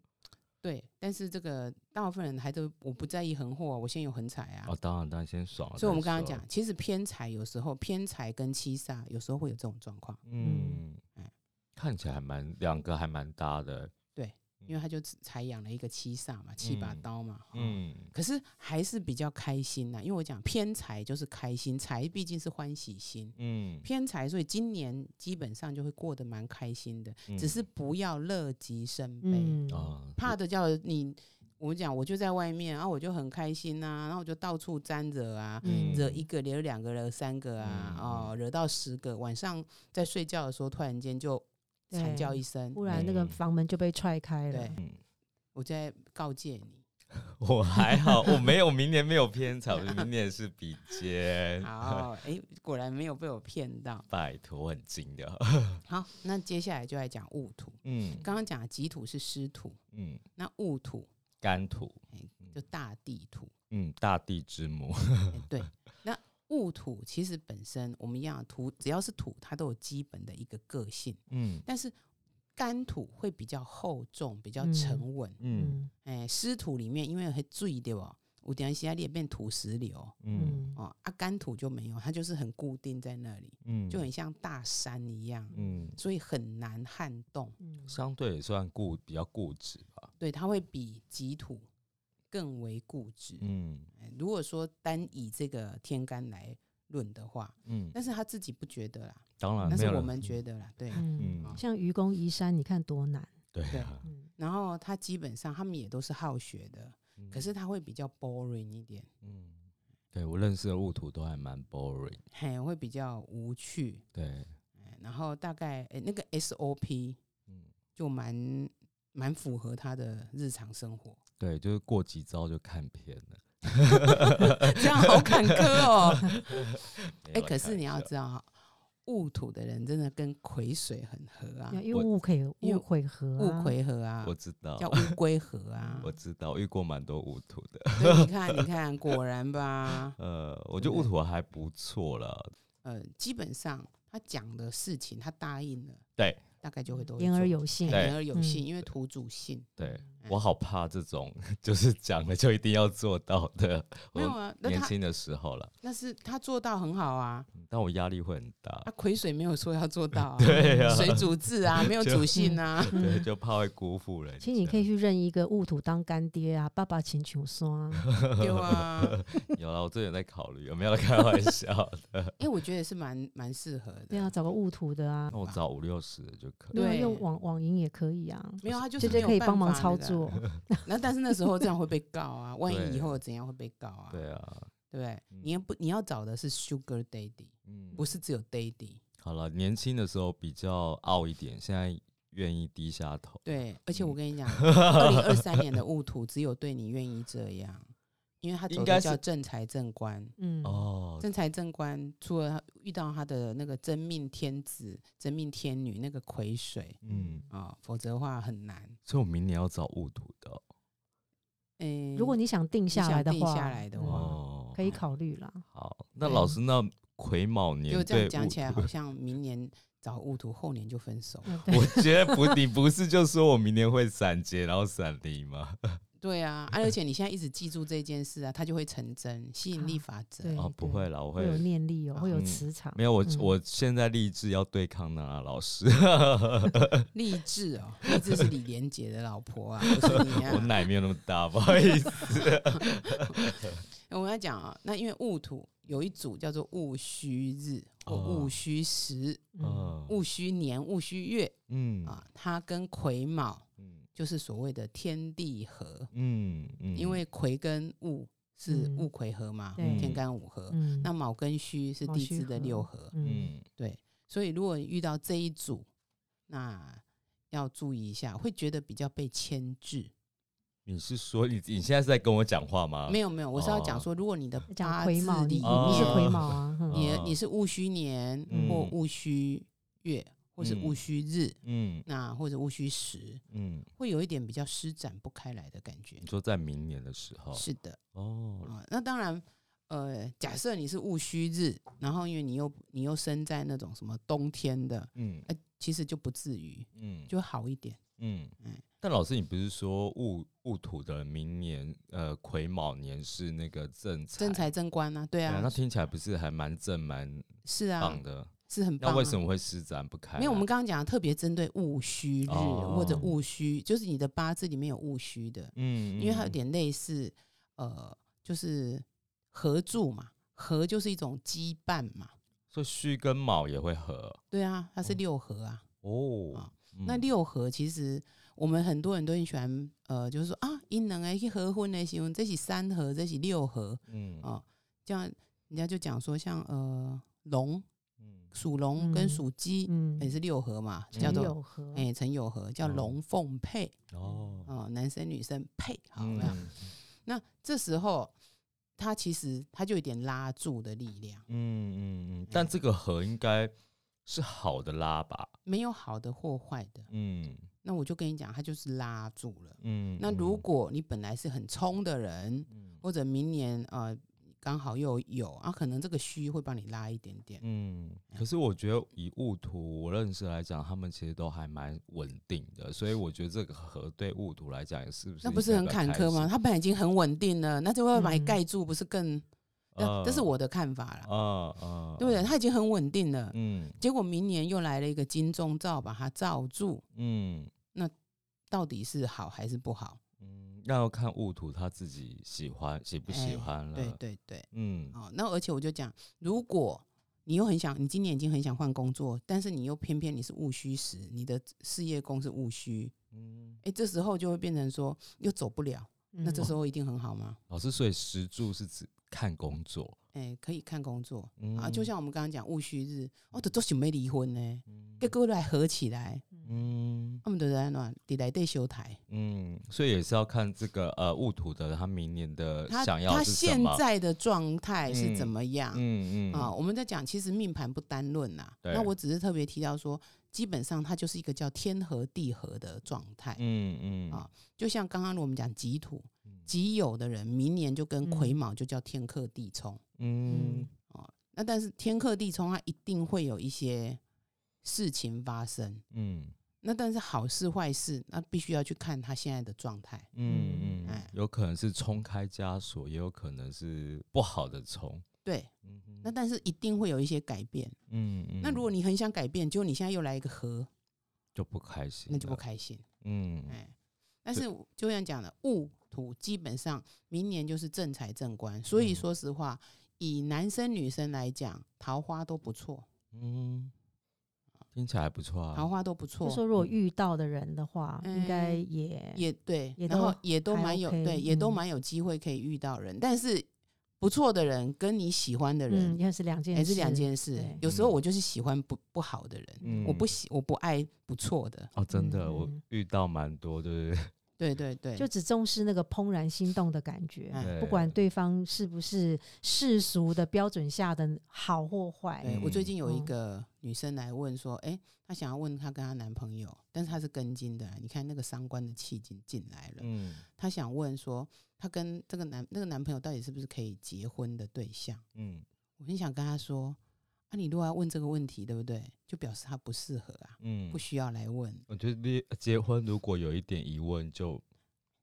[SPEAKER 2] 对。但是这个大部分人还都我不在意横祸啊，我先有横财啊。
[SPEAKER 1] 哦，当然，当然先爽了再说。
[SPEAKER 2] 所以我们刚刚讲，其实偏财有时候偏财跟七煞有时候会有这种状况。
[SPEAKER 1] 嗯
[SPEAKER 2] 哎，
[SPEAKER 1] 看起来还蛮两个还蛮搭的。
[SPEAKER 2] 对，因为他就只才养了一个七煞嘛，七把
[SPEAKER 1] 嗯
[SPEAKER 2] 刀嘛，嗯，
[SPEAKER 1] 嗯，
[SPEAKER 2] 可是还是比较开心呐、因为我讲偏财就是开心，财毕竟是欢喜心，
[SPEAKER 1] 嗯，
[SPEAKER 2] 偏财，所以今年基本上就会过得蛮开心的，只是不要乐极生悲，
[SPEAKER 3] 嗯，
[SPEAKER 1] 嗯啊，
[SPEAKER 2] 怕的叫你，我讲我就在外面，啊然、后我就很开心呐、然后我就到处沾惹啊，
[SPEAKER 3] 嗯
[SPEAKER 2] 惹一个，惹两个，惹三个啊，
[SPEAKER 1] 嗯
[SPEAKER 2] 哦，惹到十个，晚上在睡觉的时候突然间就
[SPEAKER 3] 对
[SPEAKER 2] 惨叫一声，
[SPEAKER 3] 忽然那个
[SPEAKER 1] 嗯
[SPEAKER 3] 房门就被踹开了
[SPEAKER 2] 对。
[SPEAKER 1] 嗯，
[SPEAKER 2] 我在告诫你。
[SPEAKER 1] 我还好，我没有，明年没有偏 财，我明年是比肩，
[SPEAKER 2] 好，哎、果然没有被我骗到。
[SPEAKER 1] 拜托，很近的，
[SPEAKER 2] 好，那接下来就来讲戊土。
[SPEAKER 1] 嗯
[SPEAKER 2] 刚刚讲的己土是湿土，
[SPEAKER 1] 嗯，
[SPEAKER 2] 那戊土
[SPEAKER 1] 干土，
[SPEAKER 2] 就大地土。
[SPEAKER 1] 嗯，大地之母，
[SPEAKER 2] 哎对，那戊土其实本身我们一样，土只要是土，它都有基本的一个个性，
[SPEAKER 1] 嗯
[SPEAKER 2] 但是干土会比较厚重，比较
[SPEAKER 3] 嗯
[SPEAKER 2] 沉稳。
[SPEAKER 1] 嗯
[SPEAKER 3] 嗯
[SPEAKER 2] 哎、湿土里面因为很注意对吧？有点时它也变土石流
[SPEAKER 1] 嗯
[SPEAKER 3] 嗯
[SPEAKER 2] 哦，啊，干土就没有，它就是很固定在那里，
[SPEAKER 1] 嗯，
[SPEAKER 2] 就很像大山一样，
[SPEAKER 1] 嗯，
[SPEAKER 2] 所以很难撼动。
[SPEAKER 3] 嗯，
[SPEAKER 1] 相对也算固，比较固执吧，
[SPEAKER 2] 对，它会比己土更为固执。
[SPEAKER 1] 嗯
[SPEAKER 2] 哎如果说单以这个天干来论的话，
[SPEAKER 1] 嗯，
[SPEAKER 2] 但是他自己不觉得啦，
[SPEAKER 1] 当然，
[SPEAKER 2] 但是
[SPEAKER 1] 啊没有
[SPEAKER 2] 我
[SPEAKER 1] 人
[SPEAKER 2] 们觉得啦，对。
[SPEAKER 3] 嗯，
[SPEAKER 1] 嗯，
[SPEAKER 3] 像愚公移山，你看多难。
[SPEAKER 1] 对
[SPEAKER 2] 对
[SPEAKER 1] 啊，
[SPEAKER 3] 嗯
[SPEAKER 2] 然后他基本上他们也都是好学的，可是他会比较 boring 一点，
[SPEAKER 1] 嗯，对我认识的路途都还蛮 boring，
[SPEAKER 2] 嘿，会比较无趣。
[SPEAKER 1] 对，
[SPEAKER 2] 哎然后大概哎那个 SOP
[SPEAKER 1] 嗯，
[SPEAKER 2] 就蛮蛮符合他的日常生 活，
[SPEAKER 1] 对，就是过几招就看片了。
[SPEAKER 2] 这样好坎坷哦。
[SPEAKER 1] 没
[SPEAKER 2] 哎，
[SPEAKER 1] 有啦
[SPEAKER 2] 可 是你要
[SPEAKER 1] 开玩笑
[SPEAKER 2] 知道哈，戊土的人真的跟癸水很合啊，
[SPEAKER 3] 因为
[SPEAKER 1] 我
[SPEAKER 3] 物魁
[SPEAKER 2] 因为
[SPEAKER 3] 物魁合啊，
[SPEAKER 2] 戊癸合啊
[SPEAKER 1] 我，知道，
[SPEAKER 2] 叫乌龟合啊
[SPEAKER 1] 我。知道，我遇过蛮多雾土的。
[SPEAKER 2] 所以你看，你看，果然吧，
[SPEAKER 1] 呃，我觉得
[SPEAKER 2] 对
[SPEAKER 1] 雾土还不错了。
[SPEAKER 2] 呃，基本上他讲的事情，他答应了，
[SPEAKER 1] 对，
[SPEAKER 2] 大概就会都会
[SPEAKER 3] 言而
[SPEAKER 2] 做
[SPEAKER 3] 有信。
[SPEAKER 1] 对
[SPEAKER 2] 言而有信，
[SPEAKER 3] 嗯
[SPEAKER 2] 因为土主信。
[SPEAKER 1] 对
[SPEAKER 2] 嗯
[SPEAKER 1] 我好怕这种， 就是讲了就一定要做到的。
[SPEAKER 2] 没有
[SPEAKER 1] 我
[SPEAKER 2] 啊，那
[SPEAKER 1] 年
[SPEAKER 2] 他
[SPEAKER 1] 轻的时候了，
[SPEAKER 2] 那是他做到很好啊，
[SPEAKER 1] 嗯但我压力会很大
[SPEAKER 2] 他，癸水没有说要做到
[SPEAKER 1] 啊
[SPEAKER 2] 啊，
[SPEAKER 1] 对啊
[SPEAKER 2] 水主制啊，没有
[SPEAKER 1] 就
[SPEAKER 2] 主 信啊，
[SPEAKER 3] 嗯
[SPEAKER 1] 对，就怕会辜负人家。
[SPEAKER 3] 其实你可以去认一个戊土当干爹啊，爸爸请 求酸。
[SPEAKER 2] 对 啊，
[SPEAKER 1] 有了，我这有在考虑，有没有开玩笑的？
[SPEAKER 2] 因为我觉得也是蛮蛮适合
[SPEAKER 3] 对啊，
[SPEAKER 2] 的，
[SPEAKER 3] 找个戊土的啊
[SPEAKER 1] 那，我找五六十的就可以。
[SPEAKER 3] 没有
[SPEAKER 2] 哦对
[SPEAKER 3] 用网网银也可以啊，
[SPEAKER 2] 没有他就是
[SPEAKER 3] 姐姐
[SPEAKER 2] 没有
[SPEAKER 3] 可以
[SPEAKER 2] 办
[SPEAKER 3] 帮忙
[SPEAKER 2] 法
[SPEAKER 3] 操
[SPEAKER 2] 的啊。
[SPEAKER 3] 作。
[SPEAKER 2] 那但是那时候这样会被 告啊，万一以
[SPEAKER 1] 对
[SPEAKER 2] 后怎样会被告啊？
[SPEAKER 1] 对啊，
[SPEAKER 2] 对不对？
[SPEAKER 1] 嗯
[SPEAKER 2] 你也不你要找的是 Sugar Daddy，
[SPEAKER 1] 嗯，
[SPEAKER 2] 不是只有 Daddy。
[SPEAKER 1] 好了，年轻的时候比较傲一点，现在愿意低下头。
[SPEAKER 2] 对，而且
[SPEAKER 1] 嗯
[SPEAKER 2] 我跟你 讲，二零二三年的戊土只有对你愿意这样，因为他走
[SPEAKER 1] 应
[SPEAKER 2] 的
[SPEAKER 1] 该
[SPEAKER 2] 叫
[SPEAKER 1] 是
[SPEAKER 2] 正财正官。
[SPEAKER 3] 嗯，
[SPEAKER 1] 哦，
[SPEAKER 2] 正财正官除了他遇到他的那个真命天子、真命天女那个癸水
[SPEAKER 1] 嗯，
[SPEAKER 2] 啊、否则的话很难。
[SPEAKER 1] 所以我明年要找雾土的哦
[SPEAKER 2] 嗯，
[SPEAKER 3] 如果你想定下
[SPEAKER 2] 想
[SPEAKER 3] 来的
[SPEAKER 2] 定
[SPEAKER 3] 话，
[SPEAKER 2] 下来的
[SPEAKER 3] 嗯
[SPEAKER 2] 哇话
[SPEAKER 1] 哦。
[SPEAKER 3] 可以考虑啦。
[SPEAKER 1] 好，那
[SPEAKER 2] 对
[SPEAKER 1] 老师，那癸卯年
[SPEAKER 2] 就这样
[SPEAKER 1] 对
[SPEAKER 2] 讲
[SPEAKER 1] 戊
[SPEAKER 2] 起来，
[SPEAKER 1] 土
[SPEAKER 2] 好像明年找戊土，后年就分手。
[SPEAKER 3] 嗯 对
[SPEAKER 1] 我觉得不，你不是就说我明年会闪结，然后闪离吗？
[SPEAKER 2] 对啊，啊而且你现在一直记住这件事啊，它就会成真，吸引力法则。
[SPEAKER 3] 啊对
[SPEAKER 1] 哦，不会啦，我
[SPEAKER 3] 会有
[SPEAKER 1] 会
[SPEAKER 3] 念力哦，
[SPEAKER 2] 啊
[SPEAKER 3] 会有
[SPEAKER 1] 嗯
[SPEAKER 3] 磁场。
[SPEAKER 1] 没有我
[SPEAKER 3] 嗯，
[SPEAKER 1] 我现在立志要对抗娜娜老师，
[SPEAKER 2] 励志 哦，励志是李连杰的老婆啊，不是你
[SPEAKER 1] 我
[SPEAKER 2] 啊。
[SPEAKER 1] 奶没有那么大，不好意思。
[SPEAKER 2] 我要讲啊，那因为戊土有一组叫做戊戌日、或戊
[SPEAKER 1] 哦
[SPEAKER 2] 戌时、
[SPEAKER 3] 嗯，
[SPEAKER 1] 嗯
[SPEAKER 2] 戊戌年、戊戌月
[SPEAKER 1] 嗯
[SPEAKER 2] 啊，它跟癸卯
[SPEAKER 1] 嗯
[SPEAKER 2] 就是所谓的天地合，
[SPEAKER 1] 嗯嗯，
[SPEAKER 2] 因为癸跟戊是
[SPEAKER 3] 嗯
[SPEAKER 2] 戊癸合嘛，
[SPEAKER 3] 对
[SPEAKER 2] 天干五合，
[SPEAKER 3] 嗯
[SPEAKER 2] 那卯跟戌是
[SPEAKER 3] 卯
[SPEAKER 2] 地
[SPEAKER 3] 戌
[SPEAKER 2] 支的
[SPEAKER 3] 合
[SPEAKER 2] 六合，
[SPEAKER 3] 嗯，
[SPEAKER 1] 嗯
[SPEAKER 2] 对，所以如果你遇到这一组，那要注意一下，会觉得比较被牵制。
[SPEAKER 1] 你是说你你现在是在跟我讲话吗？
[SPEAKER 2] 没有没有，我是要讲
[SPEAKER 1] 啊哦
[SPEAKER 2] 说，如果你的
[SPEAKER 3] 讲
[SPEAKER 2] 八字
[SPEAKER 3] 癸卯，你
[SPEAKER 2] 里
[SPEAKER 3] 你是
[SPEAKER 2] 面
[SPEAKER 3] 癸卯啊，嗯
[SPEAKER 2] 你的
[SPEAKER 1] 哦
[SPEAKER 2] 你是戊戌年
[SPEAKER 1] 嗯
[SPEAKER 2] 或戊戌月，或是
[SPEAKER 1] 嗯
[SPEAKER 2] 戊戌日，
[SPEAKER 1] 嗯
[SPEAKER 2] 那或者戊戌时，
[SPEAKER 1] 嗯，
[SPEAKER 2] 会有一点比较施展不开来的感觉
[SPEAKER 1] 你。说在明年的时候
[SPEAKER 2] 是的
[SPEAKER 1] 哦，
[SPEAKER 2] 啊，那当然，呃，假设你是戊戌日，然后因为你又你又生在那种什么冬天的，
[SPEAKER 1] 嗯
[SPEAKER 2] 呃，其实就不至于，
[SPEAKER 1] 嗯
[SPEAKER 2] 就好一点。
[SPEAKER 1] 嗯
[SPEAKER 2] 嗯，
[SPEAKER 1] 但老师，你不是说戊戊土的明年呃癸卯年是那个正财
[SPEAKER 2] 正财正官啊，对
[SPEAKER 1] 对啊，那
[SPEAKER 2] 啊，
[SPEAKER 1] 听起来不是还蛮正蛮
[SPEAKER 2] 是啊
[SPEAKER 1] 棒，的？
[SPEAKER 2] 是很棒、
[SPEAKER 1] 那
[SPEAKER 2] 啊。
[SPEAKER 1] 为什么会施展不开呢？啊
[SPEAKER 2] 没有，我们刚刚讲的特别针对戊戌日、
[SPEAKER 1] 哦
[SPEAKER 2] 或者戊戌，就是你的八字里面有戊戌的，
[SPEAKER 1] 嗯，
[SPEAKER 2] 因为它有
[SPEAKER 1] 嗯
[SPEAKER 2] 点类似，呃，就是合住嘛，合就是一种羁绊嘛，
[SPEAKER 1] 所以戌跟卯也会合
[SPEAKER 2] 对啊，它是
[SPEAKER 1] 哦
[SPEAKER 2] 六合啊。
[SPEAKER 1] 哦。嗯
[SPEAKER 2] 那六合其实我们很多人都很喜欢，呃，就是说啊，阴能哎去合婚哎，形容这是三合，这是六合
[SPEAKER 1] 嗯
[SPEAKER 2] 哦，这样人家就讲说像呃龙
[SPEAKER 1] 嗯
[SPEAKER 2] 属龙跟
[SPEAKER 3] 嗯
[SPEAKER 2] 属鸡
[SPEAKER 3] 嗯，
[SPEAKER 2] 也是六合嘛，
[SPEAKER 1] 嗯
[SPEAKER 2] 叫
[SPEAKER 3] 陈
[SPEAKER 2] 做
[SPEAKER 3] 友和，
[SPEAKER 2] 哎陈友合叫
[SPEAKER 1] 嗯
[SPEAKER 2] 龙凤配
[SPEAKER 1] 哦，
[SPEAKER 2] 哦，男生女生配好有
[SPEAKER 1] 嗯
[SPEAKER 2] 没有？那这时候他其实他就有点拉住的力量，
[SPEAKER 1] 嗯嗯嗯，但这个合应该是好的拉吧？
[SPEAKER 2] 没有好的或坏的，
[SPEAKER 1] 嗯
[SPEAKER 2] 那我就跟你讲，他就是拉住了。
[SPEAKER 1] 嗯。
[SPEAKER 2] 那如
[SPEAKER 1] 嗯
[SPEAKER 2] 果你本来是很冲的人，
[SPEAKER 1] 嗯
[SPEAKER 2] 或者明年呃刚好又有啊，可能这个虚会帮你拉一点点。
[SPEAKER 1] 嗯，可是我觉得以戊图我认识来讲，他们其实都还蛮稳定的，所以我觉得这个合对戊图来讲，是不是
[SPEAKER 2] 那不是很坎坷吗？？他本来已经很稳定了，那就会把你
[SPEAKER 3] 嗯
[SPEAKER 2] 盖住，不是更？
[SPEAKER 1] 嗯
[SPEAKER 2] 那这是我的看法啦，
[SPEAKER 1] 啊啊，
[SPEAKER 2] 对不对？？他已经很稳定了，
[SPEAKER 1] 嗯
[SPEAKER 2] 结果明年又来了一个金钟罩把它罩住，
[SPEAKER 1] 嗯
[SPEAKER 2] 到底是好还是不好？
[SPEAKER 1] 嗯，那要看戊图他自己喜欢喜不喜
[SPEAKER 2] 哎
[SPEAKER 1] 欢了。
[SPEAKER 2] 对对对，
[SPEAKER 1] 嗯
[SPEAKER 2] 哦，那而且我就讲，如果你又很想，你今年已经很想换工作，但是你又偏偏你是戊戌时，你的事业宫是戊戌，
[SPEAKER 1] 嗯，
[SPEAKER 2] 哎，这时候就会变成说又走不了，那这时
[SPEAKER 3] 候
[SPEAKER 2] 候一定很好吗？
[SPEAKER 1] 老师，所以石柱是指看工作，
[SPEAKER 2] 哎，可以看工作
[SPEAKER 1] 嗯
[SPEAKER 2] 啊，就像我们刚刚讲戊戌日，哦我都都想没离婚呢，
[SPEAKER 1] 嗯
[SPEAKER 2] 跟哥来合起来，
[SPEAKER 1] 嗯
[SPEAKER 2] 他们都在暖底来对修台，
[SPEAKER 1] 嗯，所以也是要看这个呃戊土的他明年的
[SPEAKER 2] 他
[SPEAKER 1] 呃想要
[SPEAKER 2] 他
[SPEAKER 1] 是什
[SPEAKER 2] 现
[SPEAKER 1] 么。
[SPEAKER 2] 在的状态是
[SPEAKER 1] 嗯
[SPEAKER 2] 怎么样？
[SPEAKER 1] 嗯嗯
[SPEAKER 2] 啊、我们在讲，其实命盘不单论呐、
[SPEAKER 1] 对
[SPEAKER 2] 那我只是特别提到说，基本上它就是一个叫天合地合的状态。
[SPEAKER 1] 嗯嗯
[SPEAKER 2] 啊就像刚刚我们讲己土
[SPEAKER 1] 嗯，
[SPEAKER 2] 己酉的人，明年就跟
[SPEAKER 3] 嗯
[SPEAKER 2] 癸卯就叫天克地冲
[SPEAKER 1] 嗯
[SPEAKER 2] 哦。那但是天克地冲，它一定会有一些事情发生。
[SPEAKER 1] 嗯
[SPEAKER 2] 那但是好事坏事，那必须要去看他现在的状态。
[SPEAKER 1] 嗯嗯
[SPEAKER 2] 哎，
[SPEAKER 1] 有可能是冲开枷锁，也有可能是不好的冲。
[SPEAKER 2] 对，
[SPEAKER 1] 嗯哼
[SPEAKER 2] 那但是一定会有一些改变。
[SPEAKER 1] 嗯嗯，
[SPEAKER 2] 那如果你很想改变，结果你现在又来一个合，
[SPEAKER 1] 就不开心了，
[SPEAKER 2] 那就不开心。
[SPEAKER 1] 嗯
[SPEAKER 2] 哎，但
[SPEAKER 1] 对
[SPEAKER 2] 是我就像讲的，戊土基本上明年就是正财正官，所以
[SPEAKER 1] 嗯
[SPEAKER 2] 说实话，以男生女生来讲，桃花都不错，
[SPEAKER 1] 嗯，听起来不错啊。
[SPEAKER 2] 哦桃花都不错，
[SPEAKER 3] 就说如果遇到的人的话，应该
[SPEAKER 2] 嗯
[SPEAKER 3] 也
[SPEAKER 2] 也对，
[SPEAKER 3] 也
[SPEAKER 2] 然后
[SPEAKER 3] 都
[SPEAKER 2] 也都
[SPEAKER 3] 还
[SPEAKER 2] 蛮有
[SPEAKER 3] OK，
[SPEAKER 2] 对，也都
[SPEAKER 3] 嗯
[SPEAKER 2] 蛮有机会可以遇到人，但是不错的人跟你喜欢的
[SPEAKER 3] 嗯，
[SPEAKER 2] 人
[SPEAKER 3] 也是两件
[SPEAKER 2] 还
[SPEAKER 3] 事，
[SPEAKER 2] 是两件事
[SPEAKER 3] 对。
[SPEAKER 2] 有时候
[SPEAKER 1] 嗯
[SPEAKER 2] 我就是喜欢不不好的人，
[SPEAKER 1] 嗯
[SPEAKER 2] 我不喜我不爱不错的，
[SPEAKER 1] 哦，真的，我
[SPEAKER 3] 嗯嗯
[SPEAKER 1] 遇到蛮多，对不对？
[SPEAKER 2] 对对对，
[SPEAKER 3] 就只重视那个怦然心动的感觉，
[SPEAKER 1] 嗯
[SPEAKER 2] 哎
[SPEAKER 3] 不管对方是不是世俗的标准下的好或坏。
[SPEAKER 2] 对我最
[SPEAKER 1] 嗯
[SPEAKER 2] 近有一
[SPEAKER 3] 嗯
[SPEAKER 2] 个女生来问说，哎、她想要问她跟她男朋友，但是她是根筋的啊，你看那个伤官的气已经进来了，
[SPEAKER 1] 嗯
[SPEAKER 2] 她想问说，她跟这个男那个男朋友到底是不是可以结婚的对象？
[SPEAKER 1] 嗯
[SPEAKER 2] 我很想跟她说，啊，你如果要问这个问题，对不对？就表示他不适合啊，
[SPEAKER 1] 嗯
[SPEAKER 2] 不，需要来问。
[SPEAKER 1] 我觉得离结婚如果有一点疑问，就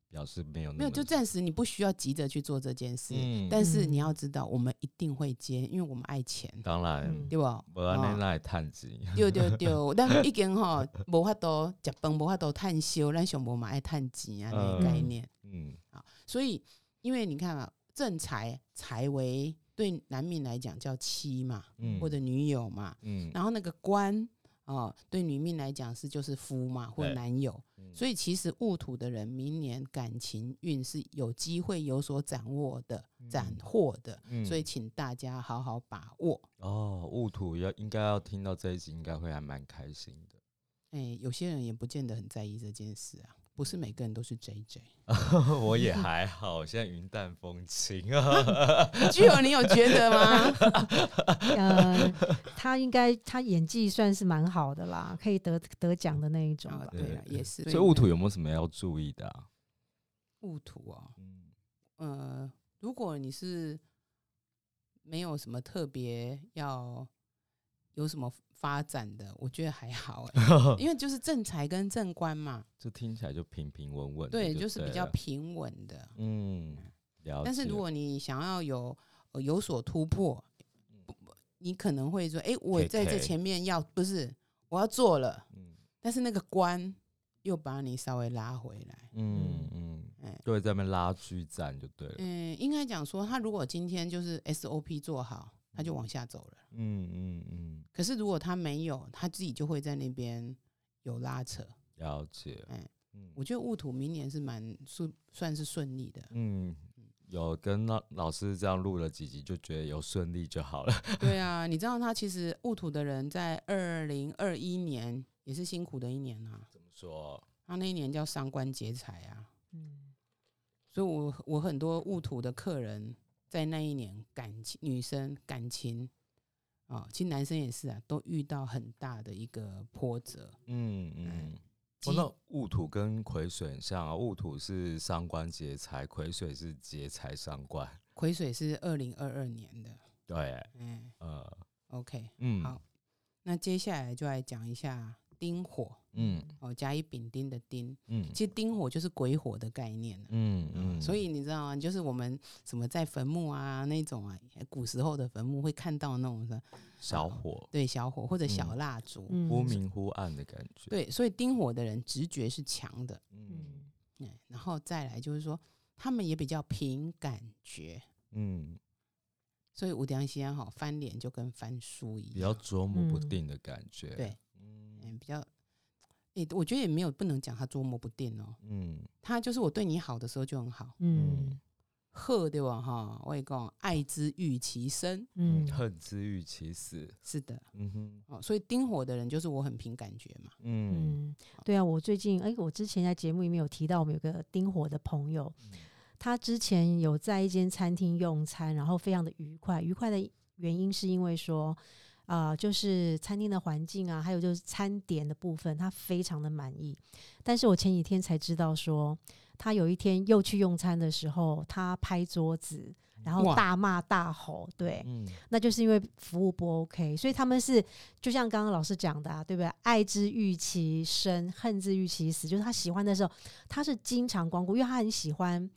[SPEAKER 1] 表示没有那
[SPEAKER 2] 没有，
[SPEAKER 1] 么
[SPEAKER 2] 就暂时你不需要急着去做这件事，
[SPEAKER 1] 嗯
[SPEAKER 2] 但是你
[SPEAKER 3] 嗯
[SPEAKER 2] 要知道，我们一定会接，因为我们爱钱，
[SPEAKER 1] 当然，
[SPEAKER 3] 嗯
[SPEAKER 2] 对吧？
[SPEAKER 1] 我安
[SPEAKER 2] 哦
[SPEAKER 1] 尼那也趁钱，
[SPEAKER 2] 对对对，咱已经吼无法度食饭，无法度趁烧，咱上无嘛爱趁钱啊，那
[SPEAKER 1] 嗯
[SPEAKER 2] 概念
[SPEAKER 1] 嗯
[SPEAKER 2] 啊。所以，因为你看啊，正财财为对男命来讲叫妻嘛，
[SPEAKER 1] 嗯，
[SPEAKER 2] 或者女友嘛，
[SPEAKER 1] 嗯，
[SPEAKER 2] 然后那个官哦，对女命来讲是就是夫嘛或
[SPEAKER 1] 对
[SPEAKER 2] 男友。
[SPEAKER 1] 嗯
[SPEAKER 2] 所以其实戊土的人明年感情运是有机会有所掌握的、斩获的，
[SPEAKER 1] 嗯
[SPEAKER 2] 所以请大家好好把握。
[SPEAKER 1] 哦，戊土要应该要听到这一集，应该会还蛮开心 的。
[SPEAKER 2] 哎、有些人也不见得很在意这件事啊，不是每个人都是 J J。
[SPEAKER 1] 我也还好，现在云淡风轻啊。
[SPEAKER 2] 具有你有觉得 吗？
[SPEAKER 3] 呃，他应该他演技算是蛮好的啦，可以得得奖的那一种
[SPEAKER 2] 啊，
[SPEAKER 3] 吧。
[SPEAKER 2] 对
[SPEAKER 1] 对
[SPEAKER 2] 了，也是。
[SPEAKER 1] 所以戊土有没有什么要注意的啊？
[SPEAKER 2] 戊土哦，
[SPEAKER 1] 嗯
[SPEAKER 2] 呃，如果你是没有什么特别要有什么发展的，我觉得还好哎、 因为就是正财跟正官嘛，
[SPEAKER 1] 这听起来就平平稳稳的，
[SPEAKER 2] 对，
[SPEAKER 1] 就
[SPEAKER 2] 就是比较
[SPEAKER 1] 对了
[SPEAKER 2] 平稳的。
[SPEAKER 1] 嗯，了解。
[SPEAKER 2] 但是如果你想要有、呃有所突破，不不你可能会说，哎、我
[SPEAKER 1] KK
[SPEAKER 2] 在这前面要不是我要做了，
[SPEAKER 1] 嗯
[SPEAKER 2] 但是那个关又把你稍微拉回来。
[SPEAKER 1] 嗯嗯
[SPEAKER 2] 哎，
[SPEAKER 1] 就会在那边拉锯战就对了。
[SPEAKER 2] 嗯，应该讲说，他如果今天就是 SOP 做好，他就往下走了。
[SPEAKER 1] 嗯嗯嗯，
[SPEAKER 2] 可是如果他没有，他自己就会在那边有拉扯。
[SPEAKER 1] 了解。
[SPEAKER 2] 哎
[SPEAKER 1] 嗯。
[SPEAKER 2] 我觉得雾土明年是蛮顺，算是顺利的
[SPEAKER 1] 嗯，有跟老老师这样录了几集，就觉得有顺利就好了。
[SPEAKER 2] 对啊，你知道他其实雾土的人在二零二一年也是辛苦的一年啊，
[SPEAKER 1] 怎么说？
[SPEAKER 2] 他那一年叫伤官劫财啊，
[SPEAKER 3] 嗯
[SPEAKER 2] 所以我我很多雾土的客人在那一年感情女生感情啊、其实男生也是啊，都遇到很大的一个波折。
[SPEAKER 1] 嗯嗯。
[SPEAKER 2] 急
[SPEAKER 1] 哦，那戊土跟癸水很像啊，戊土是伤官劫财，癸水是劫财伤官。
[SPEAKER 2] 癸水是二零二二年的，
[SPEAKER 1] 对，
[SPEAKER 2] 嗯
[SPEAKER 1] 呃，
[SPEAKER 2] ，OK，
[SPEAKER 1] 嗯，
[SPEAKER 2] 好那接下来就来讲一下丁火
[SPEAKER 1] 嗯
[SPEAKER 2] 哦，甲乙丙丁的丁，
[SPEAKER 1] 嗯
[SPEAKER 2] 其实丁火就是鬼火的概念、啊
[SPEAKER 1] 嗯
[SPEAKER 2] 嗯，
[SPEAKER 1] 嗯，
[SPEAKER 2] 所以你知道吗？就是我们什么在坟墓啊那种啊，古时候的坟墓会看到那种的，
[SPEAKER 1] 小火
[SPEAKER 2] 对小火或者小
[SPEAKER 1] 嗯
[SPEAKER 2] 蜡烛，
[SPEAKER 3] 嗯
[SPEAKER 1] 忽明忽暗的感觉。，
[SPEAKER 2] 对，所以丁火的人直觉是强的，
[SPEAKER 1] 嗯
[SPEAKER 3] 嗯
[SPEAKER 2] 嗯，然后再来就是说他们也比较凭感觉，
[SPEAKER 1] 嗯，
[SPEAKER 2] 所以五良西安好翻脸就跟翻书一
[SPEAKER 1] 比较
[SPEAKER 2] 样，
[SPEAKER 1] 捉摸不
[SPEAKER 3] 嗯
[SPEAKER 1] 定的感觉。
[SPEAKER 2] 对，
[SPEAKER 1] 嗯
[SPEAKER 2] 嗯，比较，诶、我觉得也没有不能讲他捉摸不定哦，
[SPEAKER 1] 嗯
[SPEAKER 2] 他就是我对你好的时候就很好，
[SPEAKER 3] 嗯
[SPEAKER 2] 贺对吧？哈，我也讲爱之欲其生，
[SPEAKER 1] 嗯，
[SPEAKER 3] 嗯
[SPEAKER 1] 恨之欲其死。
[SPEAKER 2] 是的，
[SPEAKER 1] 嗯哼，
[SPEAKER 2] 哦，所以丁火的人就是我很凭感觉嘛，
[SPEAKER 1] 嗯
[SPEAKER 3] 嗯，对啊，我最近哎、我之前在节目里面有提到，我们有个丁火的朋友，他之前有在一间餐厅用餐，然后非常的愉快。愉快的原因是因为说，啊，就是餐厅的环境啊，还有就是餐点的部分，他非常的满意。但是我前几天才知道说，他有一天又去用餐的时候，他拍桌子，然后
[SPEAKER 2] 哇
[SPEAKER 3] 大骂大吼，对，
[SPEAKER 1] 嗯
[SPEAKER 3] 那就是因为服务不 OK，所以他们是就像刚刚老师讲的、啊，对不对？爱之欲其生，恨之欲其死。就是他喜欢的时候，他是经常光顾，因为他很喜欢，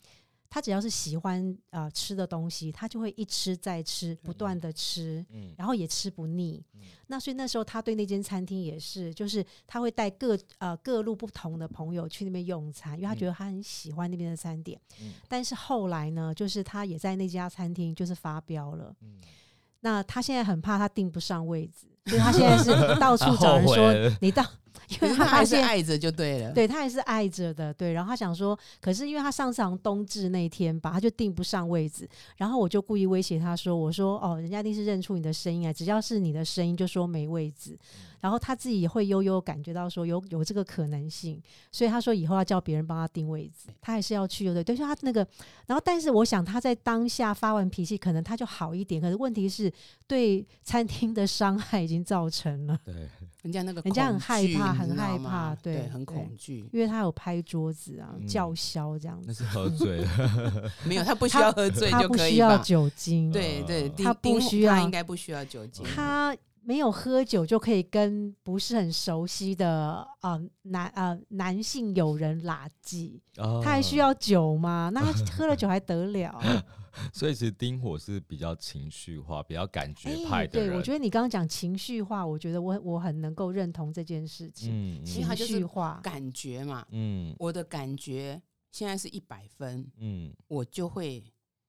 [SPEAKER 3] 他只要是喜欢啊、呃吃的东西，他就会一吃再吃，不断的吃。
[SPEAKER 1] 嗯
[SPEAKER 3] 然后也吃不腻，那所以那时候他对那间餐厅也是，就是他会带各呃各路不同的朋友去那边用餐，因为他
[SPEAKER 1] 嗯
[SPEAKER 3] 觉得他很喜欢那边的餐点。
[SPEAKER 1] 嗯
[SPEAKER 3] 但是后来呢，就是他也在那家餐厅就是发飙了，
[SPEAKER 1] 嗯，
[SPEAKER 3] 那他现在很怕他订不上位置，所以他现在 是到处找人
[SPEAKER 1] 啊他后
[SPEAKER 3] 说
[SPEAKER 1] 悔了
[SPEAKER 3] 你到， 因
[SPEAKER 2] 可
[SPEAKER 3] 为
[SPEAKER 2] 是
[SPEAKER 3] 他
[SPEAKER 2] 他
[SPEAKER 3] 发
[SPEAKER 2] 还是
[SPEAKER 3] 现。
[SPEAKER 2] 爱着就对了，，
[SPEAKER 3] 对他还是爱着的，对。然后他想说，可是因为他上次好像冬至那一天吧，他就订不上位置。然后我就故意威胁他说：“我说哦，人家一定是认出你的声音啊，只要是你的声音就说没位置。”然后他自己也会悠悠感觉到说有有这个可能性，所以他说以后要叫别人帮他订位置，他还是要去，对不对？对，所以他那个，然后但是我想他在当下发完脾气，可能他就好一点，可是问题是对餐厅的伤害已经造成了。
[SPEAKER 1] 对，
[SPEAKER 2] 人家那个
[SPEAKER 3] 人家很
[SPEAKER 2] 恐
[SPEAKER 3] 害
[SPEAKER 2] 惧
[SPEAKER 3] 怕
[SPEAKER 2] 你
[SPEAKER 3] 很
[SPEAKER 2] 知道
[SPEAKER 3] 害
[SPEAKER 2] 吗
[SPEAKER 3] 怕对
[SPEAKER 2] 对，很
[SPEAKER 3] 对
[SPEAKER 2] 恐惧，
[SPEAKER 3] 因为他有拍桌子啊
[SPEAKER 1] 嗯，
[SPEAKER 3] 叫嚣这样子，
[SPEAKER 1] 那是喝醉了。
[SPEAKER 2] 没有他不需
[SPEAKER 3] 他
[SPEAKER 2] 要喝醉
[SPEAKER 3] 他
[SPEAKER 2] 就
[SPEAKER 3] 不
[SPEAKER 2] 可
[SPEAKER 3] 需
[SPEAKER 2] 以
[SPEAKER 3] 要
[SPEAKER 2] 吧？
[SPEAKER 3] 酒精，
[SPEAKER 2] 对对，
[SPEAKER 1] 他
[SPEAKER 2] 丁
[SPEAKER 3] 不
[SPEAKER 2] 丁火
[SPEAKER 3] 需
[SPEAKER 2] 他
[SPEAKER 3] 要
[SPEAKER 2] 应该不需要酒精，
[SPEAKER 3] 他没有喝酒就可以跟不是很熟悉的呃男呃男性友人拉近，
[SPEAKER 1] 他
[SPEAKER 3] 他还
[SPEAKER 1] 哦
[SPEAKER 3] 需，要酒吗？ 那他喝了酒还得了？
[SPEAKER 1] 所以其实丁火是比较情绪化、比较感觉派的人。
[SPEAKER 3] 哎对，我觉得你刚刚讲情绪化，我觉得我我很能够认同这件事情，
[SPEAKER 1] 嗯，
[SPEAKER 2] 因为他
[SPEAKER 3] 情
[SPEAKER 2] 就是
[SPEAKER 3] 绪化，
[SPEAKER 2] 感觉嘛，
[SPEAKER 1] 嗯
[SPEAKER 2] 我的感觉现在是一百分，
[SPEAKER 1] 嗯
[SPEAKER 2] 我就会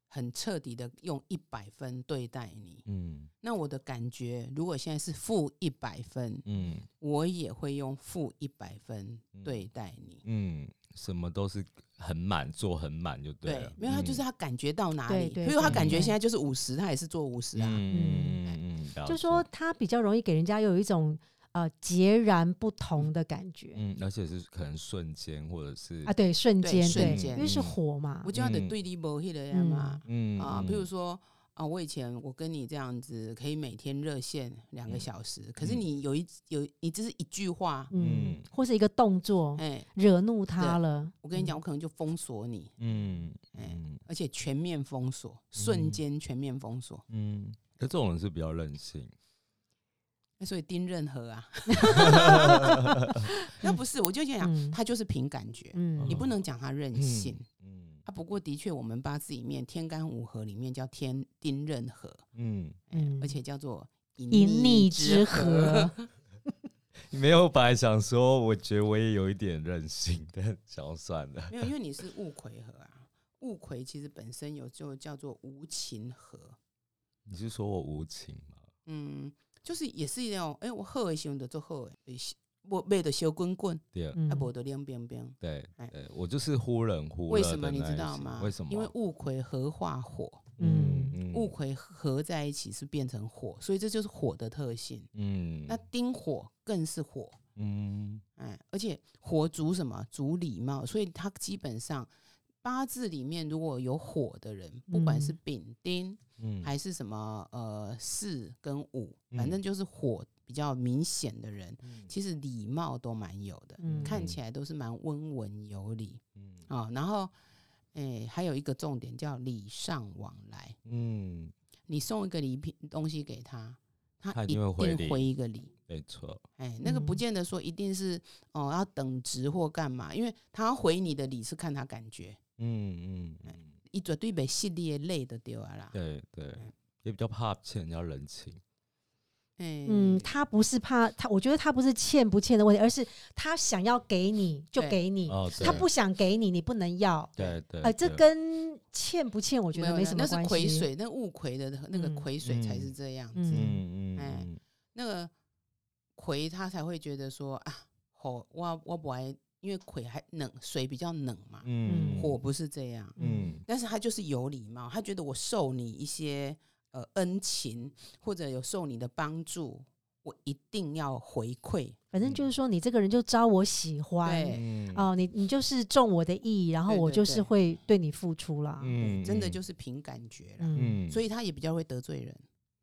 [SPEAKER 2] 很彻底的用一百分对待你。
[SPEAKER 1] 嗯
[SPEAKER 2] 那我的感觉，如果现在是负一百分，
[SPEAKER 1] 嗯
[SPEAKER 2] 我也会用负一百分对待你。
[SPEAKER 1] 嗯，什么都是很满，做很满就
[SPEAKER 2] 对，
[SPEAKER 1] 了。
[SPEAKER 2] 没有他就是
[SPEAKER 1] 嗯
[SPEAKER 2] 他感觉到哪
[SPEAKER 3] 对
[SPEAKER 2] 里，
[SPEAKER 3] 对
[SPEAKER 2] 比如他
[SPEAKER 1] 对
[SPEAKER 2] 感觉
[SPEAKER 1] 对
[SPEAKER 2] 现在就是五十，他也是做五十啊。
[SPEAKER 1] 嗯嗯嗯，了
[SPEAKER 3] 就
[SPEAKER 1] 解
[SPEAKER 3] 说他比较容易给人家有一种呃截然不同的感觉、
[SPEAKER 1] 嗯，而且是可能瞬间或者是
[SPEAKER 3] 啊，对，瞬
[SPEAKER 2] 对
[SPEAKER 3] 间，对，
[SPEAKER 2] 瞬间
[SPEAKER 3] 因为是
[SPEAKER 1] 嗯
[SPEAKER 3] 火嘛，
[SPEAKER 2] 我就要得
[SPEAKER 1] 嗯
[SPEAKER 2] 对立不迄个
[SPEAKER 3] 嗯
[SPEAKER 2] 嘛、
[SPEAKER 1] 嗯
[SPEAKER 2] 啊，
[SPEAKER 1] 嗯
[SPEAKER 2] 比如说啊，我以前我跟你这样子可以每天热线两个
[SPEAKER 1] 嗯
[SPEAKER 2] 小时，可是
[SPEAKER 1] 嗯
[SPEAKER 2] 你有一有你只是一句话，
[SPEAKER 3] 嗯
[SPEAKER 1] 嗯，
[SPEAKER 3] 或是一个动作
[SPEAKER 2] 哎、
[SPEAKER 3] 惹怒他了。
[SPEAKER 2] 我跟你讲，我可能就封锁你，
[SPEAKER 1] 嗯
[SPEAKER 2] 哎
[SPEAKER 1] 嗯
[SPEAKER 2] 而且全面封锁，瞬间全面封锁。
[SPEAKER 1] 嗯，可这种人是比较任性。
[SPEAKER 2] 那所以丁任何啊，那不是，我就想讲，
[SPEAKER 3] 嗯
[SPEAKER 2] 他就是凭感觉，
[SPEAKER 3] 嗯，
[SPEAKER 2] 你
[SPEAKER 3] 嗯，
[SPEAKER 2] 不能讲他任性。
[SPEAKER 1] 嗯
[SPEAKER 2] 啊，不过的确，我们八字里面天干五合里面叫天丁任合，哎
[SPEAKER 1] 嗯
[SPEAKER 3] 嗯
[SPEAKER 2] 而且叫做
[SPEAKER 3] 隐匿之
[SPEAKER 2] 合
[SPEAKER 3] 合。
[SPEAKER 1] 没有，本来想说，我觉得我也有一点任性，但想要算了。
[SPEAKER 2] 没有，因为你是戊癸合啊，戊癸其实本身有就叫做无情合，
[SPEAKER 1] 你是说我无情吗？
[SPEAKER 2] 嗯，就是也是那种，哎、我好的时候就做好的，我背的小滚滚，
[SPEAKER 1] 第二，
[SPEAKER 3] 嗯
[SPEAKER 2] 啊，无的凉冰冰。
[SPEAKER 1] 对
[SPEAKER 2] 哎，
[SPEAKER 1] 对，我就是忽冷忽
[SPEAKER 2] 为
[SPEAKER 1] 热的
[SPEAKER 2] 什么你
[SPEAKER 1] 那
[SPEAKER 2] 知
[SPEAKER 1] 一
[SPEAKER 2] 道
[SPEAKER 1] 型
[SPEAKER 2] 吗？
[SPEAKER 1] 为什么？
[SPEAKER 2] 因为戊癸合化火，
[SPEAKER 3] 嗯，
[SPEAKER 1] 嗯
[SPEAKER 2] 戊，癸合在一起是变成火，所以这就是火的特性。
[SPEAKER 1] 嗯，
[SPEAKER 2] 那丁火更是火，
[SPEAKER 1] 嗯
[SPEAKER 2] 哎，而且火主什么？主礼貌，所以它基本上八字里面如果有火的人，不管是
[SPEAKER 3] 嗯
[SPEAKER 2] 丙丁
[SPEAKER 1] 嗯，
[SPEAKER 2] 还是什么呃巳跟午，
[SPEAKER 1] 嗯
[SPEAKER 2] 反正就是火比较明显的人，
[SPEAKER 1] 嗯
[SPEAKER 2] 其实礼貌都蛮有的，
[SPEAKER 3] 嗯
[SPEAKER 2] 看起来都是蛮温文有礼
[SPEAKER 1] 嗯
[SPEAKER 2] 啊、然后，诶、还有一个重点叫礼尚往来，
[SPEAKER 1] 嗯，
[SPEAKER 2] 你送一个礼品东西给他，
[SPEAKER 1] 他
[SPEAKER 2] 他
[SPEAKER 1] 一
[SPEAKER 2] 一
[SPEAKER 1] 定会回
[SPEAKER 2] 定
[SPEAKER 1] 礼
[SPEAKER 2] 回一个礼。
[SPEAKER 1] 没错，
[SPEAKER 2] 哎、那个不
[SPEAKER 3] 嗯
[SPEAKER 2] 见得说一定是哦要等值或干嘛，因为他要回你的礼是看他感觉，
[SPEAKER 1] 嗯嗯嗯，
[SPEAKER 2] 一绝对被系列累的丢啊啦。
[SPEAKER 1] 对对
[SPEAKER 2] 哎，
[SPEAKER 1] 也比较怕欠人家人情。
[SPEAKER 2] 哎
[SPEAKER 3] 嗯，他不是怕他，我觉得他不是欠不欠的问题，而是他想要给你就
[SPEAKER 2] 对
[SPEAKER 3] 给你，
[SPEAKER 1] 哦，
[SPEAKER 3] 他
[SPEAKER 1] 对
[SPEAKER 3] 不想给你，你不能要。
[SPEAKER 1] 对对，
[SPEAKER 3] 呃，这
[SPEAKER 1] 对
[SPEAKER 3] 跟欠不欠，我觉得
[SPEAKER 2] 有
[SPEAKER 3] 没什么
[SPEAKER 2] 那是
[SPEAKER 3] 关
[SPEAKER 2] 癸
[SPEAKER 3] 系。
[SPEAKER 2] 水，那戊癸的那个
[SPEAKER 3] 嗯
[SPEAKER 2] 癸水才是
[SPEAKER 1] 嗯
[SPEAKER 2] 这样子，
[SPEAKER 1] 嗯嗯
[SPEAKER 2] 哎
[SPEAKER 1] 嗯
[SPEAKER 2] 那个癸他才会觉得说啊，火我我不爱，因为癸还冷，水比较冷嘛，
[SPEAKER 1] 嗯，
[SPEAKER 2] 火不是这样，
[SPEAKER 1] 嗯
[SPEAKER 2] 但是他就是有礼貌，他觉得我受你一些呃恩情，或者有受你的帮助，我一定要回馈。
[SPEAKER 3] 反正就是说，你这个人就招我喜欢
[SPEAKER 2] 对
[SPEAKER 1] 嗯
[SPEAKER 3] 哦，你你就是中我的意，然后
[SPEAKER 2] 对
[SPEAKER 3] 我
[SPEAKER 2] 对
[SPEAKER 3] 就是
[SPEAKER 2] 对
[SPEAKER 3] 会对你付出啦。
[SPEAKER 1] 嗯，
[SPEAKER 2] 真的
[SPEAKER 1] 嗯
[SPEAKER 2] 就是凭感觉啦，
[SPEAKER 3] 嗯，
[SPEAKER 1] 嗯，
[SPEAKER 2] 所
[SPEAKER 1] 以
[SPEAKER 2] 以他也比较会得罪人。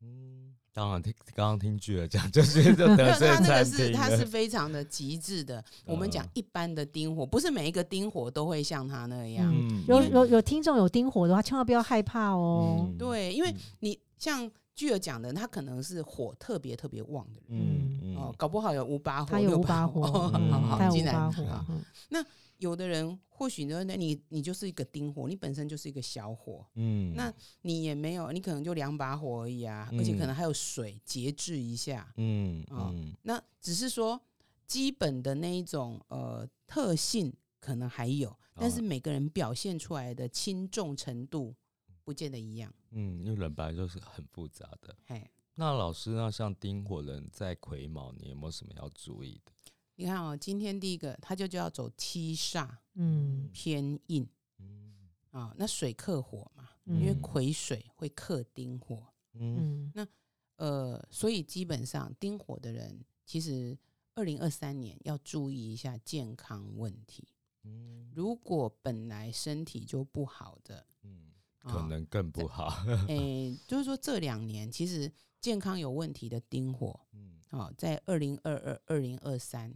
[SPEAKER 1] 嗯，当然听刚刚听剧了讲，就是就
[SPEAKER 2] 没有
[SPEAKER 1] 得罪
[SPEAKER 2] 他那
[SPEAKER 1] 餐厅
[SPEAKER 2] 个是他
[SPEAKER 1] 了
[SPEAKER 2] 是非常的极致 的。我们讲
[SPEAKER 1] 嗯
[SPEAKER 2] 一般的丁火，不是每一个丁火都会像他那样。
[SPEAKER 1] 嗯
[SPEAKER 3] 有
[SPEAKER 1] 因为
[SPEAKER 3] 有有听众有丁火的话，千万不要害怕哦。
[SPEAKER 1] 嗯
[SPEAKER 2] 对，因为
[SPEAKER 1] 嗯
[SPEAKER 2] 你像巨儿讲的，他可能是火特别特别旺的人。
[SPEAKER 1] 嗯嗯
[SPEAKER 2] 哦，搞不好有五把火，
[SPEAKER 3] 他有
[SPEAKER 2] 六
[SPEAKER 3] 五把
[SPEAKER 2] 火，
[SPEAKER 3] 火，
[SPEAKER 2] 哦
[SPEAKER 1] 嗯
[SPEAKER 2] 好好
[SPEAKER 3] 他有
[SPEAKER 2] 竟
[SPEAKER 3] 五
[SPEAKER 2] 然
[SPEAKER 3] 把火
[SPEAKER 2] 好，
[SPEAKER 3] 嗯
[SPEAKER 2] 有的人或许呢，那你你就是一个丁火，你本身就是一个小火，
[SPEAKER 1] 嗯
[SPEAKER 2] 那你也没有，你可能就两把火而已啊，
[SPEAKER 1] 嗯
[SPEAKER 2] 而且可能还有水节制一下。
[SPEAKER 1] 嗯
[SPEAKER 2] 哦
[SPEAKER 1] 嗯
[SPEAKER 2] 那只是说基本的那一种呃特性可能还有，
[SPEAKER 1] 啊
[SPEAKER 2] 但是每个人表现出来的轻重程度不见得一样。
[SPEAKER 1] 嗯，因为人本来就是很复杂的。
[SPEAKER 2] 哎，
[SPEAKER 1] 那老师，那像丁火人在癸卯，你有没有什么要注意的？
[SPEAKER 2] 你看哦，今天第一个他就就要走七煞
[SPEAKER 3] 嗯
[SPEAKER 2] 偏印
[SPEAKER 1] 嗯
[SPEAKER 2] 啊、那水克火嘛，
[SPEAKER 3] 嗯
[SPEAKER 2] 因为癸水会克丁火。
[SPEAKER 1] 嗯
[SPEAKER 3] 嗯
[SPEAKER 2] 呃，所以基本上丁火的人，其实二零二三年要注意一下健康问题。
[SPEAKER 1] 嗯
[SPEAKER 2] 如果本来身体就不好的，
[SPEAKER 1] 嗯，啊
[SPEAKER 2] 啊
[SPEAKER 1] 可能更不好。
[SPEAKER 2] 诶、就是说这两年其实健康有问题的丁火
[SPEAKER 1] 嗯
[SPEAKER 2] 啊、哦在二零二二、二零二三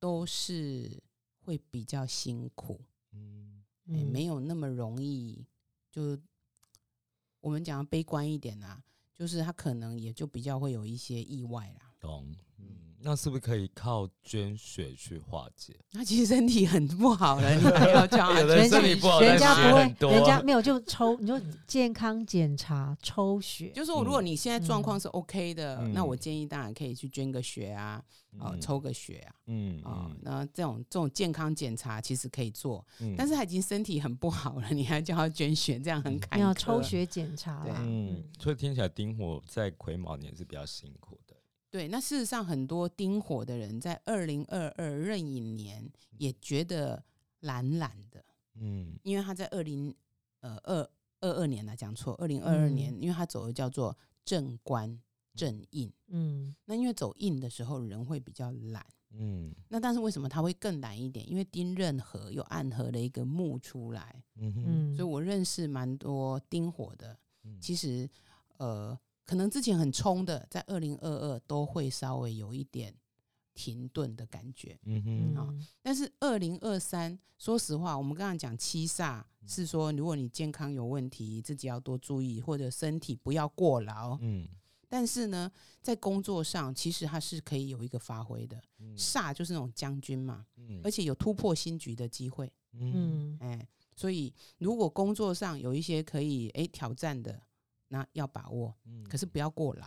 [SPEAKER 2] 都是会比较辛苦，
[SPEAKER 1] 嗯
[SPEAKER 2] 诶
[SPEAKER 3] 嗯
[SPEAKER 2] 哎没有那么容易。就我们讲悲观一点啊，就是他可能也就比较会有一些意外啦。
[SPEAKER 1] 懂。嗯，那是不是可以靠捐血去化解？
[SPEAKER 2] 他其实身体很不好了，你还要叫他
[SPEAKER 1] 有的人
[SPEAKER 2] 捐
[SPEAKER 1] 身
[SPEAKER 2] 血
[SPEAKER 1] 体不好
[SPEAKER 3] 人
[SPEAKER 1] 但
[SPEAKER 3] 家
[SPEAKER 1] 血
[SPEAKER 3] 不
[SPEAKER 1] 很多
[SPEAKER 3] 会，人家没有就抽，你就健康检查抽血，
[SPEAKER 2] 就是说如果你现在状况是 OK 的，
[SPEAKER 1] 嗯
[SPEAKER 2] 那我建议当然可以去捐个血啊，哦、
[SPEAKER 1] 嗯
[SPEAKER 2] 抽个血啊，
[SPEAKER 1] 嗯
[SPEAKER 2] 啊、
[SPEAKER 1] 嗯
[SPEAKER 2] 那这种这种健康检查其实可以做，
[SPEAKER 1] 嗯
[SPEAKER 2] 但是他已经身体很不好了，你还叫他捐血，这样很坎坷。
[SPEAKER 3] 没有抽血检查
[SPEAKER 2] 对
[SPEAKER 3] 啦。
[SPEAKER 1] 嗯，所以听起来丁火在癸卯年是比较辛苦的。
[SPEAKER 2] 对，那事实上很多丁火的人在二零二二壬寅年也觉得懒懒的，
[SPEAKER 1] 嗯
[SPEAKER 2] 因为他在二零呃二二二年呢、讲错，二零二二
[SPEAKER 3] 嗯
[SPEAKER 2] 年，因为他走的叫做正官正印。
[SPEAKER 3] 嗯
[SPEAKER 2] 那因为走印的时候人会比较懒，
[SPEAKER 1] 嗯
[SPEAKER 2] 那但是为什么他会更懒一点？因为丁壬合又暗合了一个木出来，
[SPEAKER 1] 嗯哼
[SPEAKER 3] 嗯，
[SPEAKER 2] 所以我认识蛮多丁火的。
[SPEAKER 1] 嗯
[SPEAKER 2] 其实，呃，可能之前很冲的，在二零二二都会稍微有一点停顿的感觉。
[SPEAKER 1] 嗯哼
[SPEAKER 3] 嗯
[SPEAKER 2] 啊但是二零二三，说实话，我们刚刚讲七煞
[SPEAKER 1] 嗯
[SPEAKER 2] 是说，如果你健康有问题，自己要多注意，或者身体不要过劳。
[SPEAKER 1] 嗯
[SPEAKER 2] 但是呢，在工作上，其实它是可以有一个发挥的。
[SPEAKER 1] 嗯
[SPEAKER 2] 煞就是那种将军嘛，
[SPEAKER 1] 嗯
[SPEAKER 2] 而且有突破新局的机会。
[SPEAKER 1] 嗯
[SPEAKER 3] 嗯
[SPEAKER 2] 哎，所以如果工作上有一些可以哎挑战的，那要把握，
[SPEAKER 1] 嗯
[SPEAKER 2] 可是不要过劳。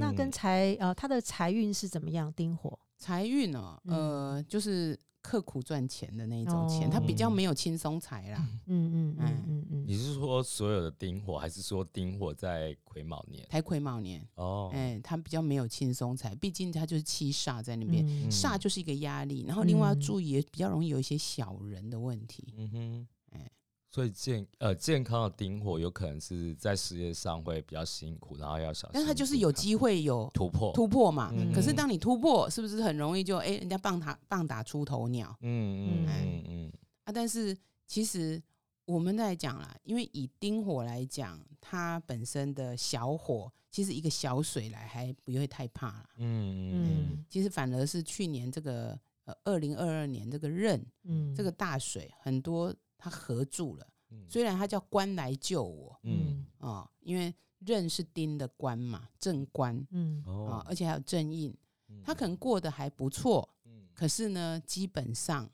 [SPEAKER 3] 那
[SPEAKER 1] 嗯
[SPEAKER 3] 跟财呃，他的财运是怎么样？丁火
[SPEAKER 2] 财运哦，
[SPEAKER 3] 嗯
[SPEAKER 2] 呃，就是刻苦赚钱的那一种钱，它比较
[SPEAKER 1] 哦
[SPEAKER 2] 没有轻松财啦。
[SPEAKER 3] 嗯嗯嗯
[SPEAKER 2] 哎
[SPEAKER 3] 嗯嗯，
[SPEAKER 1] 你是说所有的丁火，还是说丁火在癸卯年？
[SPEAKER 2] 太癸卯年，
[SPEAKER 1] 哦，
[SPEAKER 2] 哎、它比较没有轻松财，毕竟它就是七煞在那边，
[SPEAKER 3] 嗯
[SPEAKER 2] 煞就是一个压力，然后另外要
[SPEAKER 3] 嗯
[SPEAKER 2] 注意，也比较容易有一些小人的问题。
[SPEAKER 1] 嗯哼，
[SPEAKER 2] 哎
[SPEAKER 1] 所以健呃健康的丁火有可能是在事业上会比较辛苦，然后要小心。
[SPEAKER 2] 但它就是有机会有
[SPEAKER 1] 突破，
[SPEAKER 2] 突破嘛，
[SPEAKER 1] 嗯
[SPEAKER 2] 可是当你突破，是不是很容易就哎、人家棒打棒打出头鸟
[SPEAKER 1] 嗯嗯
[SPEAKER 3] 嗯
[SPEAKER 1] 嗯嗯
[SPEAKER 2] 啊？但是其实我们在讲啦，因为以丁火来讲，它本身的小火，其实一个小水来还不会太怕啦。
[SPEAKER 1] 嗯嗯
[SPEAKER 3] 嗯
[SPEAKER 2] 其实反而是去年这个呃二零二二年这个壬
[SPEAKER 3] 嗯
[SPEAKER 2] 这个大水，很多它合住了。
[SPEAKER 1] 嗯，以
[SPEAKER 2] 虽然它叫官来救我
[SPEAKER 1] 嗯
[SPEAKER 2] 啊、哦因为壬是丁的官嘛，正官
[SPEAKER 3] 嗯
[SPEAKER 2] 啊、
[SPEAKER 1] 哦，
[SPEAKER 2] 而且还有正印，他可
[SPEAKER 1] 能
[SPEAKER 2] 能过得还不错，
[SPEAKER 1] 嗯
[SPEAKER 2] 可是呢，基本上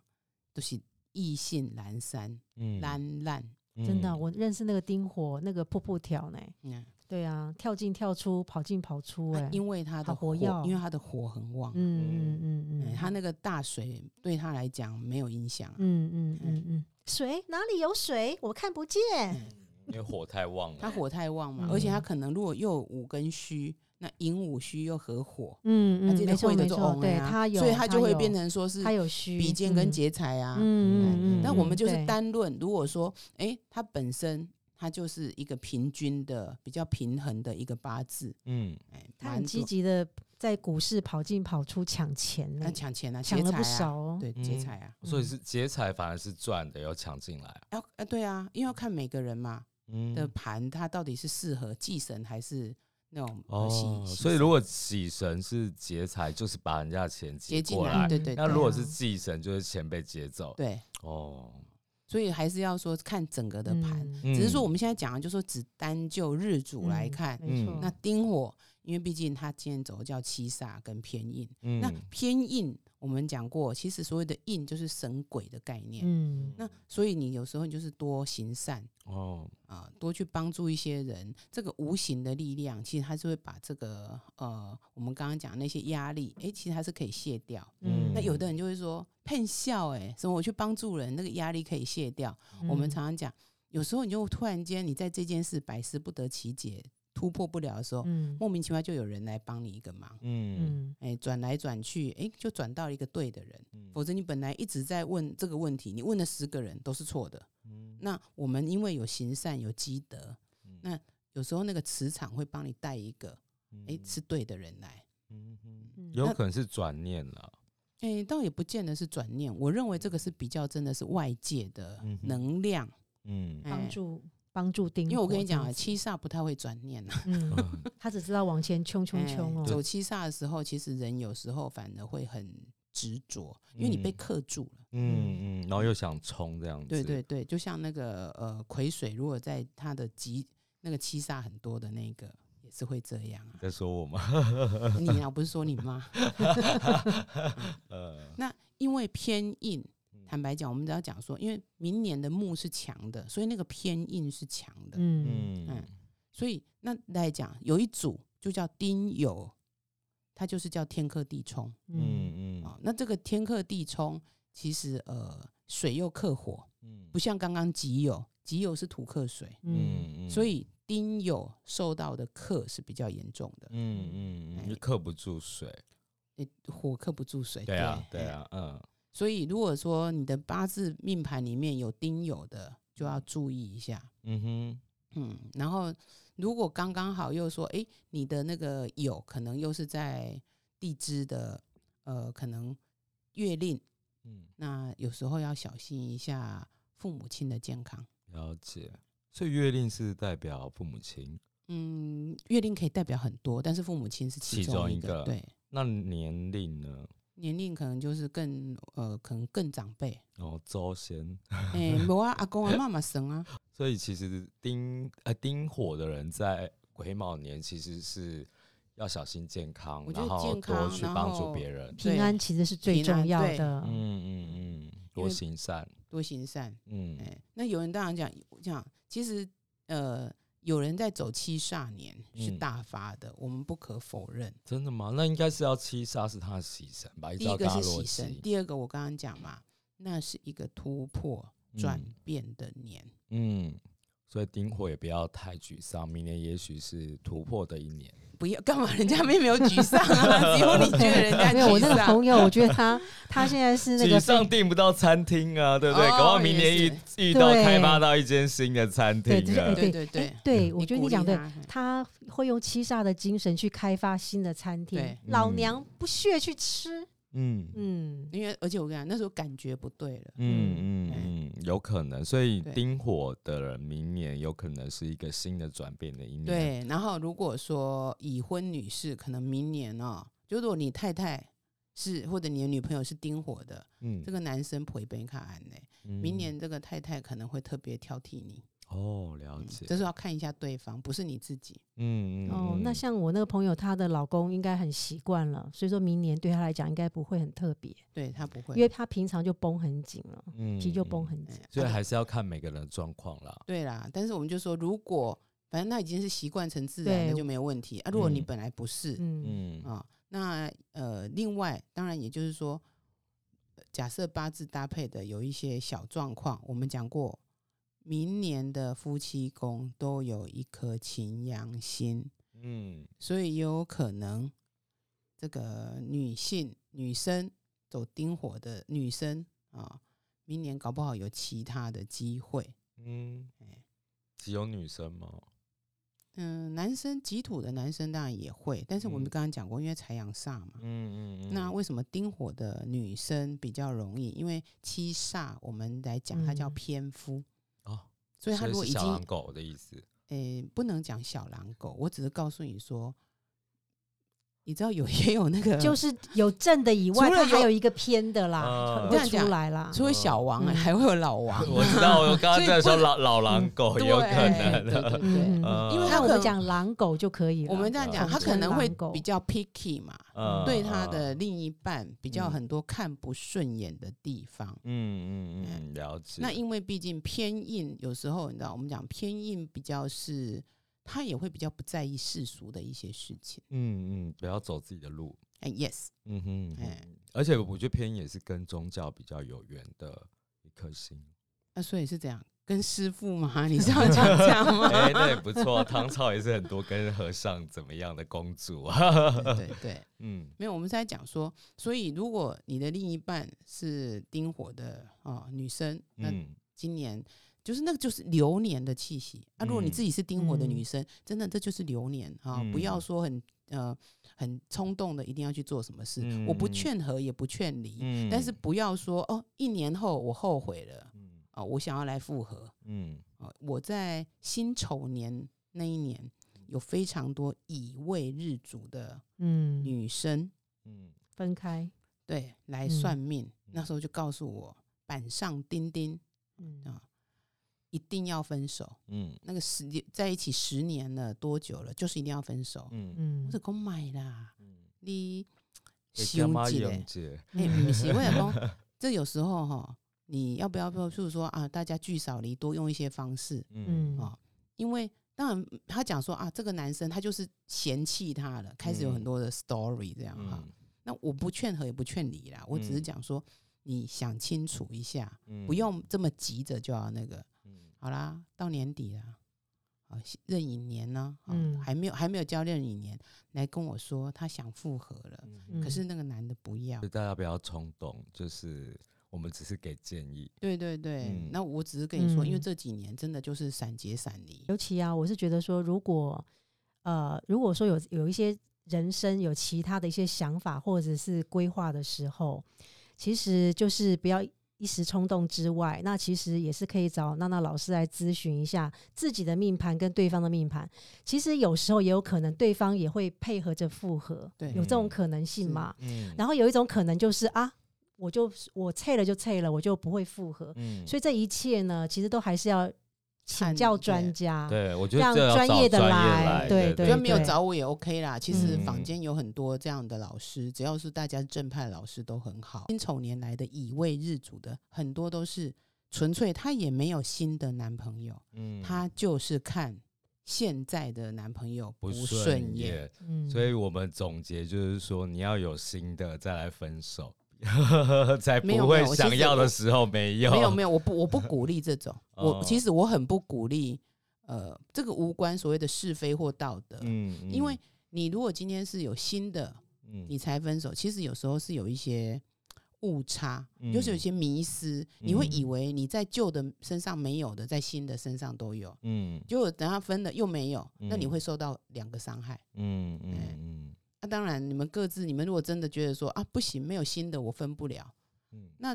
[SPEAKER 2] 都是意兴阑珊、
[SPEAKER 1] 嗯
[SPEAKER 2] 懒烂。
[SPEAKER 3] 真的，我认识那个丁火那个瀑布条呢，
[SPEAKER 2] 嗯，
[SPEAKER 3] 对啊，跳进跳出，跑进跑出，
[SPEAKER 2] 他
[SPEAKER 3] 哎，
[SPEAKER 2] 啊因为他的
[SPEAKER 3] 好活
[SPEAKER 2] 火，
[SPEAKER 3] 跃哦
[SPEAKER 2] 因为他的火很旺，
[SPEAKER 3] 嗯嗯嗯
[SPEAKER 2] 嗯，
[SPEAKER 3] 嗯，
[SPEAKER 2] 他那个大水对他来讲没有影响啊、
[SPEAKER 3] 嗯嗯嗯嗯，水哪里有水？我看不见。
[SPEAKER 1] 因为火太旺了，
[SPEAKER 2] 哎他火太旺嘛，
[SPEAKER 3] 嗯
[SPEAKER 2] 而且他可能如果又有五根虚，那寅午虚又合火，
[SPEAKER 3] 嗯
[SPEAKER 2] 他
[SPEAKER 3] 嗯，
[SPEAKER 2] 这
[SPEAKER 3] 没
[SPEAKER 2] 个
[SPEAKER 3] 错
[SPEAKER 2] 会的
[SPEAKER 3] 没
[SPEAKER 2] 就
[SPEAKER 3] 错，
[SPEAKER 2] 旺
[SPEAKER 3] 对
[SPEAKER 2] 啊
[SPEAKER 3] 他有，
[SPEAKER 2] 所以他就会
[SPEAKER 3] 有
[SPEAKER 2] 变，成说是
[SPEAKER 3] 他有虚
[SPEAKER 2] 比肩跟
[SPEAKER 3] 嗯
[SPEAKER 2] 劫财啊。
[SPEAKER 3] 嗯嗯嗯，
[SPEAKER 2] 但我们就是
[SPEAKER 3] 对，
[SPEAKER 2] 单论，如果说，哎、他本身他就是一个平均的、比较平衡的一个八字，
[SPEAKER 1] 嗯
[SPEAKER 2] 哎、
[SPEAKER 3] 他
[SPEAKER 2] 蛮
[SPEAKER 3] 很
[SPEAKER 2] 多
[SPEAKER 3] 积极的在股市跑进跑出抢钱
[SPEAKER 2] 那
[SPEAKER 3] 呢，
[SPEAKER 2] 抢钱啊，
[SPEAKER 3] 抢
[SPEAKER 2] 劫
[SPEAKER 3] 了
[SPEAKER 2] 财啊，
[SPEAKER 3] 不少哦。
[SPEAKER 2] 对，劫财啊，
[SPEAKER 1] 所以是劫财反而是赚的，要抢进来，
[SPEAKER 2] 要啊，对啊，因为要看每个人嘛
[SPEAKER 1] 嗯
[SPEAKER 2] 的盘，它到底是适合忌神还是那种呃喜
[SPEAKER 1] 哦，
[SPEAKER 2] 喜
[SPEAKER 1] 所以
[SPEAKER 2] 神
[SPEAKER 1] 如果喜神是劫财，就是把人家的钱
[SPEAKER 2] 劫进
[SPEAKER 1] 过
[SPEAKER 2] 来，
[SPEAKER 1] 来。
[SPEAKER 2] 对对
[SPEAKER 1] 那
[SPEAKER 2] 对
[SPEAKER 1] 如果
[SPEAKER 3] 啊
[SPEAKER 1] 是忌神，就是钱被劫走。
[SPEAKER 2] 对，
[SPEAKER 1] 哦，
[SPEAKER 2] 所以还是要说看整个的盘，
[SPEAKER 3] 嗯
[SPEAKER 2] 只是说
[SPEAKER 1] 嗯
[SPEAKER 2] 我们现在讲的，就说只单就日主来
[SPEAKER 3] 嗯
[SPEAKER 2] 看，
[SPEAKER 3] 没错
[SPEAKER 1] 嗯，
[SPEAKER 2] 那丁火，因为毕竟它今天走的叫七煞跟偏印。
[SPEAKER 1] 嗯
[SPEAKER 2] 那偏印，我们讲过，其实所谓的印就是神鬼的概念。
[SPEAKER 3] 嗯
[SPEAKER 2] 那所以你有时候你就是多行善
[SPEAKER 1] 哦，
[SPEAKER 2] 啊、多去帮助一些人，这个无形的力量，其实它是会把这个呃，我们刚刚讲的那些压力，诶，其实它是可以卸掉。
[SPEAKER 3] 嗯，
[SPEAKER 2] 那有的人就会说骗笑、诶，什么我去帮助人，那个压力可以卸掉。我们
[SPEAKER 3] 嗯
[SPEAKER 2] 常常讲，有时候你就突然间你在这件事百思不得其解，突破不了的时候，
[SPEAKER 3] 嗯
[SPEAKER 2] 莫名其妙就有人来帮你一个忙，
[SPEAKER 1] 嗯
[SPEAKER 3] 嗯
[SPEAKER 2] 哎，转来转去，哎，就转到一个对的人。
[SPEAKER 1] 嗯
[SPEAKER 2] 否则你本来一直在问这个问题，你问了十个人都是错的。
[SPEAKER 1] 嗯
[SPEAKER 2] 那我们因为有行善有积德，
[SPEAKER 1] 嗯
[SPEAKER 2] 那有时候那个磁场会帮你带一个，哎，是对的人来。
[SPEAKER 1] 嗯嗯
[SPEAKER 3] 嗯
[SPEAKER 1] 有
[SPEAKER 2] 那
[SPEAKER 1] 可能是转念了，
[SPEAKER 2] 哎，倒也不见得是转念，我认为这个是比较真的是外界的
[SPEAKER 1] 嗯哼
[SPEAKER 2] 能量。
[SPEAKER 1] 嗯
[SPEAKER 2] 哎
[SPEAKER 3] 帮助帮助丁火这样子，
[SPEAKER 2] 因为我跟你讲啊，七煞不太会转念啊，
[SPEAKER 3] 嗯，他只知道往前冲冲
[SPEAKER 2] 哎
[SPEAKER 3] 冲哦，
[SPEAKER 2] 走七煞的时候，其实人有时候反而会很执着，因为你被
[SPEAKER 1] 嗯
[SPEAKER 2] 克住了。
[SPEAKER 1] 嗯嗯，然后又想冲这样子，
[SPEAKER 2] 对对对，就像那个呃癸水，如果在它的吉那个七煞很多的那个，也是会这样
[SPEAKER 1] 你在说我吗？
[SPEAKER 2] 啊。你啊，不是说你妈？
[SPEAKER 1] 呃，嗯
[SPEAKER 2] 那因为偏印，坦白讲，我们只要讲说，因为明年的木是强的，所以那个偏印是强的，
[SPEAKER 3] 嗯
[SPEAKER 1] 嗯
[SPEAKER 2] 哎所以那来讲有一组就叫丁酉，它就是叫天克地冲
[SPEAKER 3] 嗯
[SPEAKER 1] 嗯
[SPEAKER 2] 啊、
[SPEAKER 1] 嗯
[SPEAKER 2] 那这个天克地冲，其实呃水又克火，
[SPEAKER 1] 嗯
[SPEAKER 2] 不像刚刚己酉，己酉是土克水。
[SPEAKER 3] 嗯
[SPEAKER 2] 所以丁酉受到的克是比较严重的，
[SPEAKER 1] 嗯嗯嗯，
[SPEAKER 2] 哎
[SPEAKER 1] 就克不住水，
[SPEAKER 2] 火克不住水。
[SPEAKER 1] 对啊对。
[SPEAKER 2] 哎
[SPEAKER 1] 啊，嗯
[SPEAKER 2] 所以如果说你的八字命盘里面有丁酉的，就要注意一下。
[SPEAKER 1] 嗯哼
[SPEAKER 2] 嗯，然后如果刚刚好又说，诶，你的那个酉可能又是在地支的，呃，可能月令，
[SPEAKER 1] 嗯，
[SPEAKER 2] 那有时候要小心一下父母亲的健康。
[SPEAKER 1] 了解。所以月令是代表父母亲，
[SPEAKER 2] 嗯，月令可以代表很多，但是父母亲是其
[SPEAKER 1] 其
[SPEAKER 2] 中
[SPEAKER 1] 中
[SPEAKER 2] 一
[SPEAKER 1] 一
[SPEAKER 2] 个
[SPEAKER 1] 个
[SPEAKER 2] 对，
[SPEAKER 1] 那年令呢？
[SPEAKER 2] 年龄可能就是更呃，可能更长辈。
[SPEAKER 1] 哦，周先。
[SPEAKER 2] 哎、 无啊，阿公啊，妈妈生啊，
[SPEAKER 1] 所以其实丁呃丁火的人在癸卯年其实是要小心健康，
[SPEAKER 2] 我觉
[SPEAKER 1] 然
[SPEAKER 2] 得
[SPEAKER 1] 后
[SPEAKER 2] 健康
[SPEAKER 1] 多去
[SPEAKER 2] 然
[SPEAKER 1] 帮助
[SPEAKER 2] 后
[SPEAKER 1] 别人。
[SPEAKER 3] 平
[SPEAKER 2] 对
[SPEAKER 3] 安其实是最
[SPEAKER 2] 平安
[SPEAKER 3] 重要
[SPEAKER 2] 对
[SPEAKER 3] 的，
[SPEAKER 1] 嗯嗯嗯，多
[SPEAKER 2] 为
[SPEAKER 1] 行善。
[SPEAKER 2] 多行善。
[SPEAKER 1] 嗯
[SPEAKER 2] 哎、那有人当然讲讲，其实呃，有人在走七煞年是
[SPEAKER 1] 嗯
[SPEAKER 2] 大发的，我们不可否认。
[SPEAKER 1] 真的吗？那应该是要七杀是他的喜神吧？依
[SPEAKER 2] 第
[SPEAKER 1] 照
[SPEAKER 2] 一个
[SPEAKER 1] 大
[SPEAKER 2] 是
[SPEAKER 1] 家逻
[SPEAKER 2] 喜
[SPEAKER 1] 辑
[SPEAKER 2] 神，第二个我刚刚讲嘛，那是一个突破转
[SPEAKER 1] 嗯
[SPEAKER 2] 变的年。
[SPEAKER 1] 嗯，所以丁火也不要太沮丧，明年也许是突破的一年。
[SPEAKER 2] 不要干嘛？人家并没有沮丧 啊，只有你觉得人家
[SPEAKER 3] 没有，我
[SPEAKER 2] 沮
[SPEAKER 3] 那个
[SPEAKER 2] 丧。
[SPEAKER 3] 朋友，我觉得他他现在是那
[SPEAKER 1] 沮
[SPEAKER 3] 个
[SPEAKER 1] 丧订不到餐厅啊，对不对？
[SPEAKER 2] 哦
[SPEAKER 1] 搞不好明年
[SPEAKER 2] 也
[SPEAKER 1] 遇
[SPEAKER 2] 是
[SPEAKER 1] 遇到
[SPEAKER 3] 对
[SPEAKER 1] 开发到一间新的餐厅
[SPEAKER 3] 对就是
[SPEAKER 1] 了
[SPEAKER 3] 哎。
[SPEAKER 2] 对对对
[SPEAKER 3] 哎，对，
[SPEAKER 1] 嗯
[SPEAKER 3] 我
[SPEAKER 2] 你
[SPEAKER 3] 觉得
[SPEAKER 2] 鼓
[SPEAKER 3] 你讲
[SPEAKER 2] 励
[SPEAKER 3] 对，
[SPEAKER 2] 他嘿
[SPEAKER 3] 他会用七煞的精神去开发新的餐厅
[SPEAKER 2] 对，
[SPEAKER 3] 老
[SPEAKER 1] 嗯
[SPEAKER 3] 娘不屑去吃，
[SPEAKER 1] 嗯嗯
[SPEAKER 3] 嗯，
[SPEAKER 2] 因为而且我跟你讲，那时候感觉不对了。
[SPEAKER 1] 嗯
[SPEAKER 2] 哎
[SPEAKER 1] 嗯嗯，有可能。所以
[SPEAKER 2] 对
[SPEAKER 1] 丁火的人明年有可能是一个新的转变的一年。，
[SPEAKER 2] 对，然后如果说已婚女士，可能明年哦，就如果你太太是或者你的女朋友是丁火的，
[SPEAKER 1] 嗯
[SPEAKER 2] 这个男生陪伴看安呢，明
[SPEAKER 1] 明
[SPEAKER 2] 年这个太太可能会特别挑剔你，
[SPEAKER 1] 哦，了
[SPEAKER 2] 嗯
[SPEAKER 1] 解。
[SPEAKER 2] 这是要看一下对方，不是你自己。
[SPEAKER 1] 嗯嗯
[SPEAKER 3] 哦，那
[SPEAKER 1] 嗯
[SPEAKER 3] 像我那个朋友，她的老公应该很习惯了，所以说明年对她来讲应该不会很特别，
[SPEAKER 2] 对他不会，
[SPEAKER 3] 因为她平常就绷很紧了，
[SPEAKER 1] 嗯
[SPEAKER 3] 皮就绷
[SPEAKER 1] 嗯
[SPEAKER 3] 很紧
[SPEAKER 2] 哎，
[SPEAKER 1] 所以
[SPEAKER 2] 啊
[SPEAKER 1] 还是要看每个人的状况啦。
[SPEAKER 2] 对啦，但是我们就说，如果反正那已经是习惯成自然，
[SPEAKER 3] 对
[SPEAKER 2] 那就没有问题啊。如果你
[SPEAKER 1] 嗯
[SPEAKER 2] 本来不是啊、
[SPEAKER 3] 嗯，
[SPEAKER 1] 嗯
[SPEAKER 2] 那呃，另外当然也就是说，呃假设八字搭配的有一些小状况，我们讲过，明年的夫妻宫都有一颗擎羊星，
[SPEAKER 1] 嗯
[SPEAKER 2] 所以也有可能这个女性女生走丁火的女生啊、明年搞不好有其他的机会。
[SPEAKER 1] 嗯
[SPEAKER 2] 哎，
[SPEAKER 1] 只有女生吗？
[SPEAKER 2] 嗯，男生己土的男生当然也会，但是我们
[SPEAKER 1] 嗯
[SPEAKER 2] 刚刚讲过，因为财阳煞嘛。
[SPEAKER 1] 嗯嗯嗯。
[SPEAKER 2] 那为什么丁火的女生比较容易？因为七煞我们来讲，它叫
[SPEAKER 3] 嗯
[SPEAKER 2] 偏夫，
[SPEAKER 1] 哦，
[SPEAKER 2] 所以它
[SPEAKER 1] 是
[SPEAKER 2] 如果已
[SPEAKER 1] 小
[SPEAKER 2] 经
[SPEAKER 1] 狼狗的意 思。
[SPEAKER 2] 诶、不能讲小狼狗，我只是告诉你说，你知道有 也有那个，
[SPEAKER 3] 嗯就是有正的以外，
[SPEAKER 2] 除了
[SPEAKER 3] 她还
[SPEAKER 2] 有
[SPEAKER 3] 有一个偏的啦，
[SPEAKER 1] 啊
[SPEAKER 3] 会出来啦，
[SPEAKER 2] 除了小王、啊
[SPEAKER 3] 嗯
[SPEAKER 2] 还会有老王，
[SPEAKER 1] 我知道，我刚刚
[SPEAKER 2] 所以
[SPEAKER 1] 在
[SPEAKER 2] 不
[SPEAKER 1] 说
[SPEAKER 2] 能
[SPEAKER 1] 老老狼狗哦也有可
[SPEAKER 2] 对
[SPEAKER 1] 能
[SPEAKER 2] 对对
[SPEAKER 1] 的。
[SPEAKER 2] 对
[SPEAKER 3] 嗯，嗯
[SPEAKER 1] 呃
[SPEAKER 2] 因为
[SPEAKER 3] 那
[SPEAKER 2] 他
[SPEAKER 3] 我
[SPEAKER 2] 可
[SPEAKER 3] 们
[SPEAKER 2] 能
[SPEAKER 3] 讲狼狗就可以了，
[SPEAKER 2] 我们这样
[SPEAKER 1] 嗯
[SPEAKER 2] 讲，他可能会
[SPEAKER 3] 狼狗
[SPEAKER 2] 比较 picky 嘛，
[SPEAKER 1] 嗯
[SPEAKER 2] 对他的另一半比较
[SPEAKER 1] 嗯
[SPEAKER 2] 很多看不顺眼的地方。
[SPEAKER 1] 嗯嗯嗯，了解。
[SPEAKER 2] 那因为毕竟偏硬，有时候你知道，我们讲偏硬比较是，他也会比较不在意世俗的一些事情。
[SPEAKER 1] 嗯嗯，不要走自己的路。
[SPEAKER 2] 哎，yes，
[SPEAKER 1] 嗯哼嗯
[SPEAKER 2] 哎
[SPEAKER 1] 哼，而且我觉得偏也是跟宗教比较有缘的一颗 心。
[SPEAKER 2] 那所以是这样，跟师傅嘛， 你是要讲这样吗？
[SPEAKER 1] 哎，那也不错。唐朝也是很多跟和尚怎么样的公主 啊。
[SPEAKER 2] 对对对，
[SPEAKER 1] 嗯
[SPEAKER 2] 没有，我们是在讲说，所以如果你的另一半是丁火的哦女生，那
[SPEAKER 1] 嗯
[SPEAKER 2] 今年。就是那个就是流年的气息啊！如果你
[SPEAKER 1] 嗯
[SPEAKER 2] 自己是丁火的女
[SPEAKER 3] 嗯
[SPEAKER 2] 生，真的这就是流年啊！不要
[SPEAKER 1] 嗯
[SPEAKER 2] 说很呃很冲动的一定要去做什么事，我不
[SPEAKER 1] 嗯
[SPEAKER 2] 劝和也不劝离，
[SPEAKER 1] 嗯
[SPEAKER 2] 但是不要说哦，一年后我后悔了
[SPEAKER 1] 嗯
[SPEAKER 2] 啊、我想要来复合
[SPEAKER 1] 嗯
[SPEAKER 2] 啊、我在辛丑年那一年有非常多乙未日主的
[SPEAKER 3] 嗯
[SPEAKER 2] 女生，
[SPEAKER 1] 嗯
[SPEAKER 3] 分开，
[SPEAKER 2] 对，来
[SPEAKER 3] 嗯
[SPEAKER 2] 算命，那时候就告诉我板上钉钉
[SPEAKER 3] 嗯
[SPEAKER 2] 啊、一定要分手。
[SPEAKER 1] 嗯
[SPEAKER 2] 那个十在一起十年了，多久了？就是一定要分手。
[SPEAKER 1] 嗯
[SPEAKER 3] 嗯
[SPEAKER 2] 我就讲买啦，
[SPEAKER 1] 嗯，
[SPEAKER 2] 你
[SPEAKER 1] 干嘛
[SPEAKER 2] 一下
[SPEAKER 1] 用姐？
[SPEAKER 2] 哎，不是，我 想讲，这有时候哈，你要不要，譬如说啊，大家聚少离多，用一些方式，
[SPEAKER 1] 嗯
[SPEAKER 3] 嗯
[SPEAKER 2] 哦因为当然嗯他讲说啊，这个男生他就是嫌弃他了，开始有
[SPEAKER 1] 嗯
[SPEAKER 2] 很多的 story 这样哈。
[SPEAKER 1] 嗯
[SPEAKER 2] 那我不劝和也不劝离啦，我只是
[SPEAKER 1] 嗯
[SPEAKER 2] 讲说，你想清楚一下，
[SPEAKER 1] 嗯
[SPEAKER 2] 不。用这么急着就要那个。
[SPEAKER 1] 嗯
[SPEAKER 2] 好啦，到年底啦，啊，壬寅年呢、啊，
[SPEAKER 3] 嗯
[SPEAKER 2] 还没有还没有交壬寅年，来跟我说他想复合了，
[SPEAKER 1] 嗯
[SPEAKER 2] 可是那个男的不要
[SPEAKER 1] 所以。大家不要冲动，就是我们只是给建议。
[SPEAKER 2] 对对对，
[SPEAKER 1] 嗯
[SPEAKER 2] 那我只是跟你说，因为
[SPEAKER 3] 嗯
[SPEAKER 2] 这几年真的就是闪结闪离，
[SPEAKER 3] 尤其啊，我是觉得说，如果呃，如果说有有一些人生有其他的一些想法或者是规划的时候，其实就是不要一时冲动之外，那其实也是可以找娜娜老师来咨询一下自己的命盘跟对方的命盘。其实有时候也有可能对方也会配合着复合，
[SPEAKER 2] 对
[SPEAKER 3] 有这种
[SPEAKER 1] 嗯
[SPEAKER 3] 可能性
[SPEAKER 2] 是
[SPEAKER 3] 嘛？
[SPEAKER 1] 嗯
[SPEAKER 3] 然后有一种可能就是啊，我就我退了就退了，我就不会复合。
[SPEAKER 1] 嗯
[SPEAKER 3] 所以这一切呢，其实都还是要请
[SPEAKER 2] 看
[SPEAKER 3] 教
[SPEAKER 2] 对
[SPEAKER 3] 专家。
[SPEAKER 1] 对我觉得
[SPEAKER 3] 让
[SPEAKER 1] 这要
[SPEAKER 3] 专
[SPEAKER 1] 找
[SPEAKER 3] 业的
[SPEAKER 1] 专
[SPEAKER 3] 来
[SPEAKER 1] 来，
[SPEAKER 3] 对
[SPEAKER 1] 对
[SPEAKER 2] 就
[SPEAKER 3] 对
[SPEAKER 2] 没有找我也 OK 啦。其实坊
[SPEAKER 1] 嗯
[SPEAKER 2] 间有很多这样的老师，只要是大家正派老师都很好。辛丑年来的乙未日主的很多都是纯粹，她也没有新的男朋友，
[SPEAKER 1] 嗯
[SPEAKER 2] 她就是看现在的男朋友
[SPEAKER 1] 不
[SPEAKER 2] 顺
[SPEAKER 1] 顺
[SPEAKER 2] 眼。
[SPEAKER 1] 眼，
[SPEAKER 3] 嗯，
[SPEAKER 1] 所以我们总结就是说，你要有新的再来分 手，才
[SPEAKER 2] 没有
[SPEAKER 1] 不
[SPEAKER 2] 没有
[SPEAKER 1] 会
[SPEAKER 2] 我其
[SPEAKER 1] 想
[SPEAKER 2] 实
[SPEAKER 1] 要
[SPEAKER 2] 我
[SPEAKER 1] 的时候没有。
[SPEAKER 2] 没有没有，我不我不鼓励这种。我
[SPEAKER 1] 哦
[SPEAKER 2] 其实我很不鼓励，呃，这个无关所谓的是非或道德，
[SPEAKER 1] 嗯，嗯
[SPEAKER 2] 因为你如果今天是有新的，
[SPEAKER 1] 嗯
[SPEAKER 2] 你才分手，其实有时候是有一些误差，就是有
[SPEAKER 1] 嗯
[SPEAKER 2] 些迷失，你会
[SPEAKER 1] 嗯
[SPEAKER 2] 以为你在旧的身上没有的，在新的身上都有，
[SPEAKER 1] 嗯
[SPEAKER 2] 结果等他分了又没有，那你
[SPEAKER 1] 嗯
[SPEAKER 2] 会受到两个伤害。
[SPEAKER 1] 嗯嗯
[SPEAKER 2] 哎
[SPEAKER 1] 嗯
[SPEAKER 2] 那、当然，你们各自，你们如果真的觉得说啊不行，没有新的我分不了，
[SPEAKER 1] 嗯
[SPEAKER 2] 那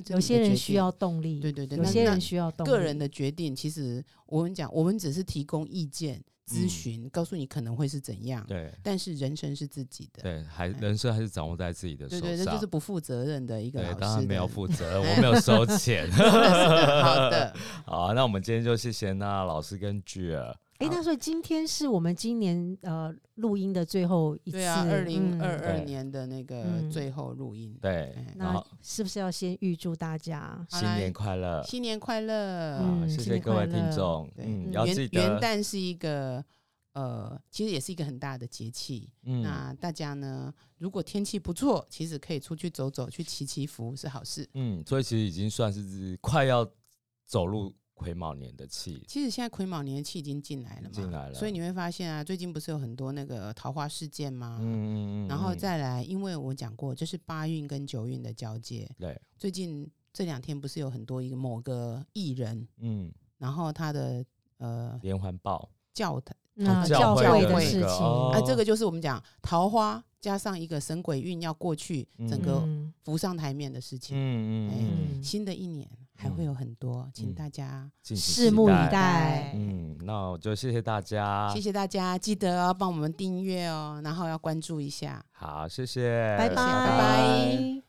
[SPEAKER 2] 这你
[SPEAKER 3] 有
[SPEAKER 2] 的
[SPEAKER 3] 些人
[SPEAKER 2] 决
[SPEAKER 3] 需
[SPEAKER 2] 定
[SPEAKER 3] 要动力，
[SPEAKER 2] 对对对，
[SPEAKER 3] 有
[SPEAKER 2] 那
[SPEAKER 3] 些
[SPEAKER 2] 那
[SPEAKER 3] 人需要动力，
[SPEAKER 2] 个人的决定，其实我们讲，我们只是提供意见、咨
[SPEAKER 1] 嗯
[SPEAKER 2] 询，告诉你可能会是怎样，
[SPEAKER 1] 对
[SPEAKER 2] 但是人生是自己的，
[SPEAKER 1] 对，还人生还是掌握在自己的手
[SPEAKER 2] 对对，这就
[SPEAKER 1] 上
[SPEAKER 2] 是。不负责任的一个老
[SPEAKER 1] 对，
[SPEAKER 2] 师，
[SPEAKER 1] 当然没有，负责，我没有收 钱。
[SPEAKER 2] 真的是的 好的，
[SPEAKER 1] 好啊，那我们今天就谢谢那老师跟 j e
[SPEAKER 3] 哎、那所以今天是我们今年呃录音的最后一次，
[SPEAKER 2] 对啊，二零二
[SPEAKER 3] 嗯
[SPEAKER 2] 二
[SPEAKER 1] 对
[SPEAKER 2] 年的那个
[SPEAKER 3] 嗯
[SPEAKER 2] 最后录音，
[SPEAKER 1] 对，
[SPEAKER 2] 哎
[SPEAKER 1] 然
[SPEAKER 3] 那
[SPEAKER 1] 后
[SPEAKER 3] 是不是要先预祝大家？
[SPEAKER 2] 好
[SPEAKER 1] 新
[SPEAKER 2] 啦
[SPEAKER 1] 年快乐，
[SPEAKER 2] 新年快乐，
[SPEAKER 3] 嗯
[SPEAKER 1] 啊谢
[SPEAKER 3] 新
[SPEAKER 1] 谢
[SPEAKER 3] 年
[SPEAKER 1] 各
[SPEAKER 3] 快
[SPEAKER 1] 位听
[SPEAKER 3] 乐
[SPEAKER 1] 众，
[SPEAKER 2] 对
[SPEAKER 1] 嗯，
[SPEAKER 3] 嗯
[SPEAKER 1] 要
[SPEAKER 2] 元
[SPEAKER 1] 记
[SPEAKER 2] 元
[SPEAKER 1] 得，
[SPEAKER 2] 旦是一个呃，其实也是一个很大的节气。
[SPEAKER 1] 嗯
[SPEAKER 2] 那大家呢，如果天气不错，其实可以出去走走，去祈祈福是好事。
[SPEAKER 1] 嗯，所以其实已经算是快要走入癸卯年的气，
[SPEAKER 2] 其实现在癸卯年的气已经进来了嘛，
[SPEAKER 1] 进来了
[SPEAKER 2] 所以你会发现啊，最近不是有很多那个桃花事件吗？
[SPEAKER 1] 嗯嗯嗯，
[SPEAKER 2] 啊然后
[SPEAKER 1] 嗯
[SPEAKER 2] 再来，因为我讲过，这是八运跟九运的交接。
[SPEAKER 1] 对，
[SPEAKER 2] 最近这两天不是有很多一个某个艺人，
[SPEAKER 1] 嗯，
[SPEAKER 2] 然后他的呃
[SPEAKER 1] 连环报，
[SPEAKER 2] 教堂
[SPEAKER 3] 那
[SPEAKER 2] 哦
[SPEAKER 3] 教
[SPEAKER 2] 教
[SPEAKER 3] 会
[SPEAKER 2] 会
[SPEAKER 3] 的
[SPEAKER 2] 的
[SPEAKER 3] 事
[SPEAKER 1] 那
[SPEAKER 3] 情，
[SPEAKER 1] 个哦
[SPEAKER 2] 啊，这个就是我们讲桃花加上一个神鬼运要过去，整个
[SPEAKER 3] 嗯
[SPEAKER 2] 浮上台面的事情。哎
[SPEAKER 1] 嗯嗯嗯，
[SPEAKER 3] 嗯
[SPEAKER 2] 新的一年还会有很多，请
[SPEAKER 1] 嗯
[SPEAKER 2] 大家
[SPEAKER 1] 敬请
[SPEAKER 3] 拭目
[SPEAKER 1] 期
[SPEAKER 3] 以
[SPEAKER 1] 待。
[SPEAKER 3] 待。
[SPEAKER 1] 嗯，那我就谢谢大家，
[SPEAKER 2] 谢谢大家，记得哦要帮我们订阅哦，然后要关注一下。
[SPEAKER 1] 好，谢谢，
[SPEAKER 3] 拜
[SPEAKER 2] 谢
[SPEAKER 3] 拜
[SPEAKER 2] 拜拜。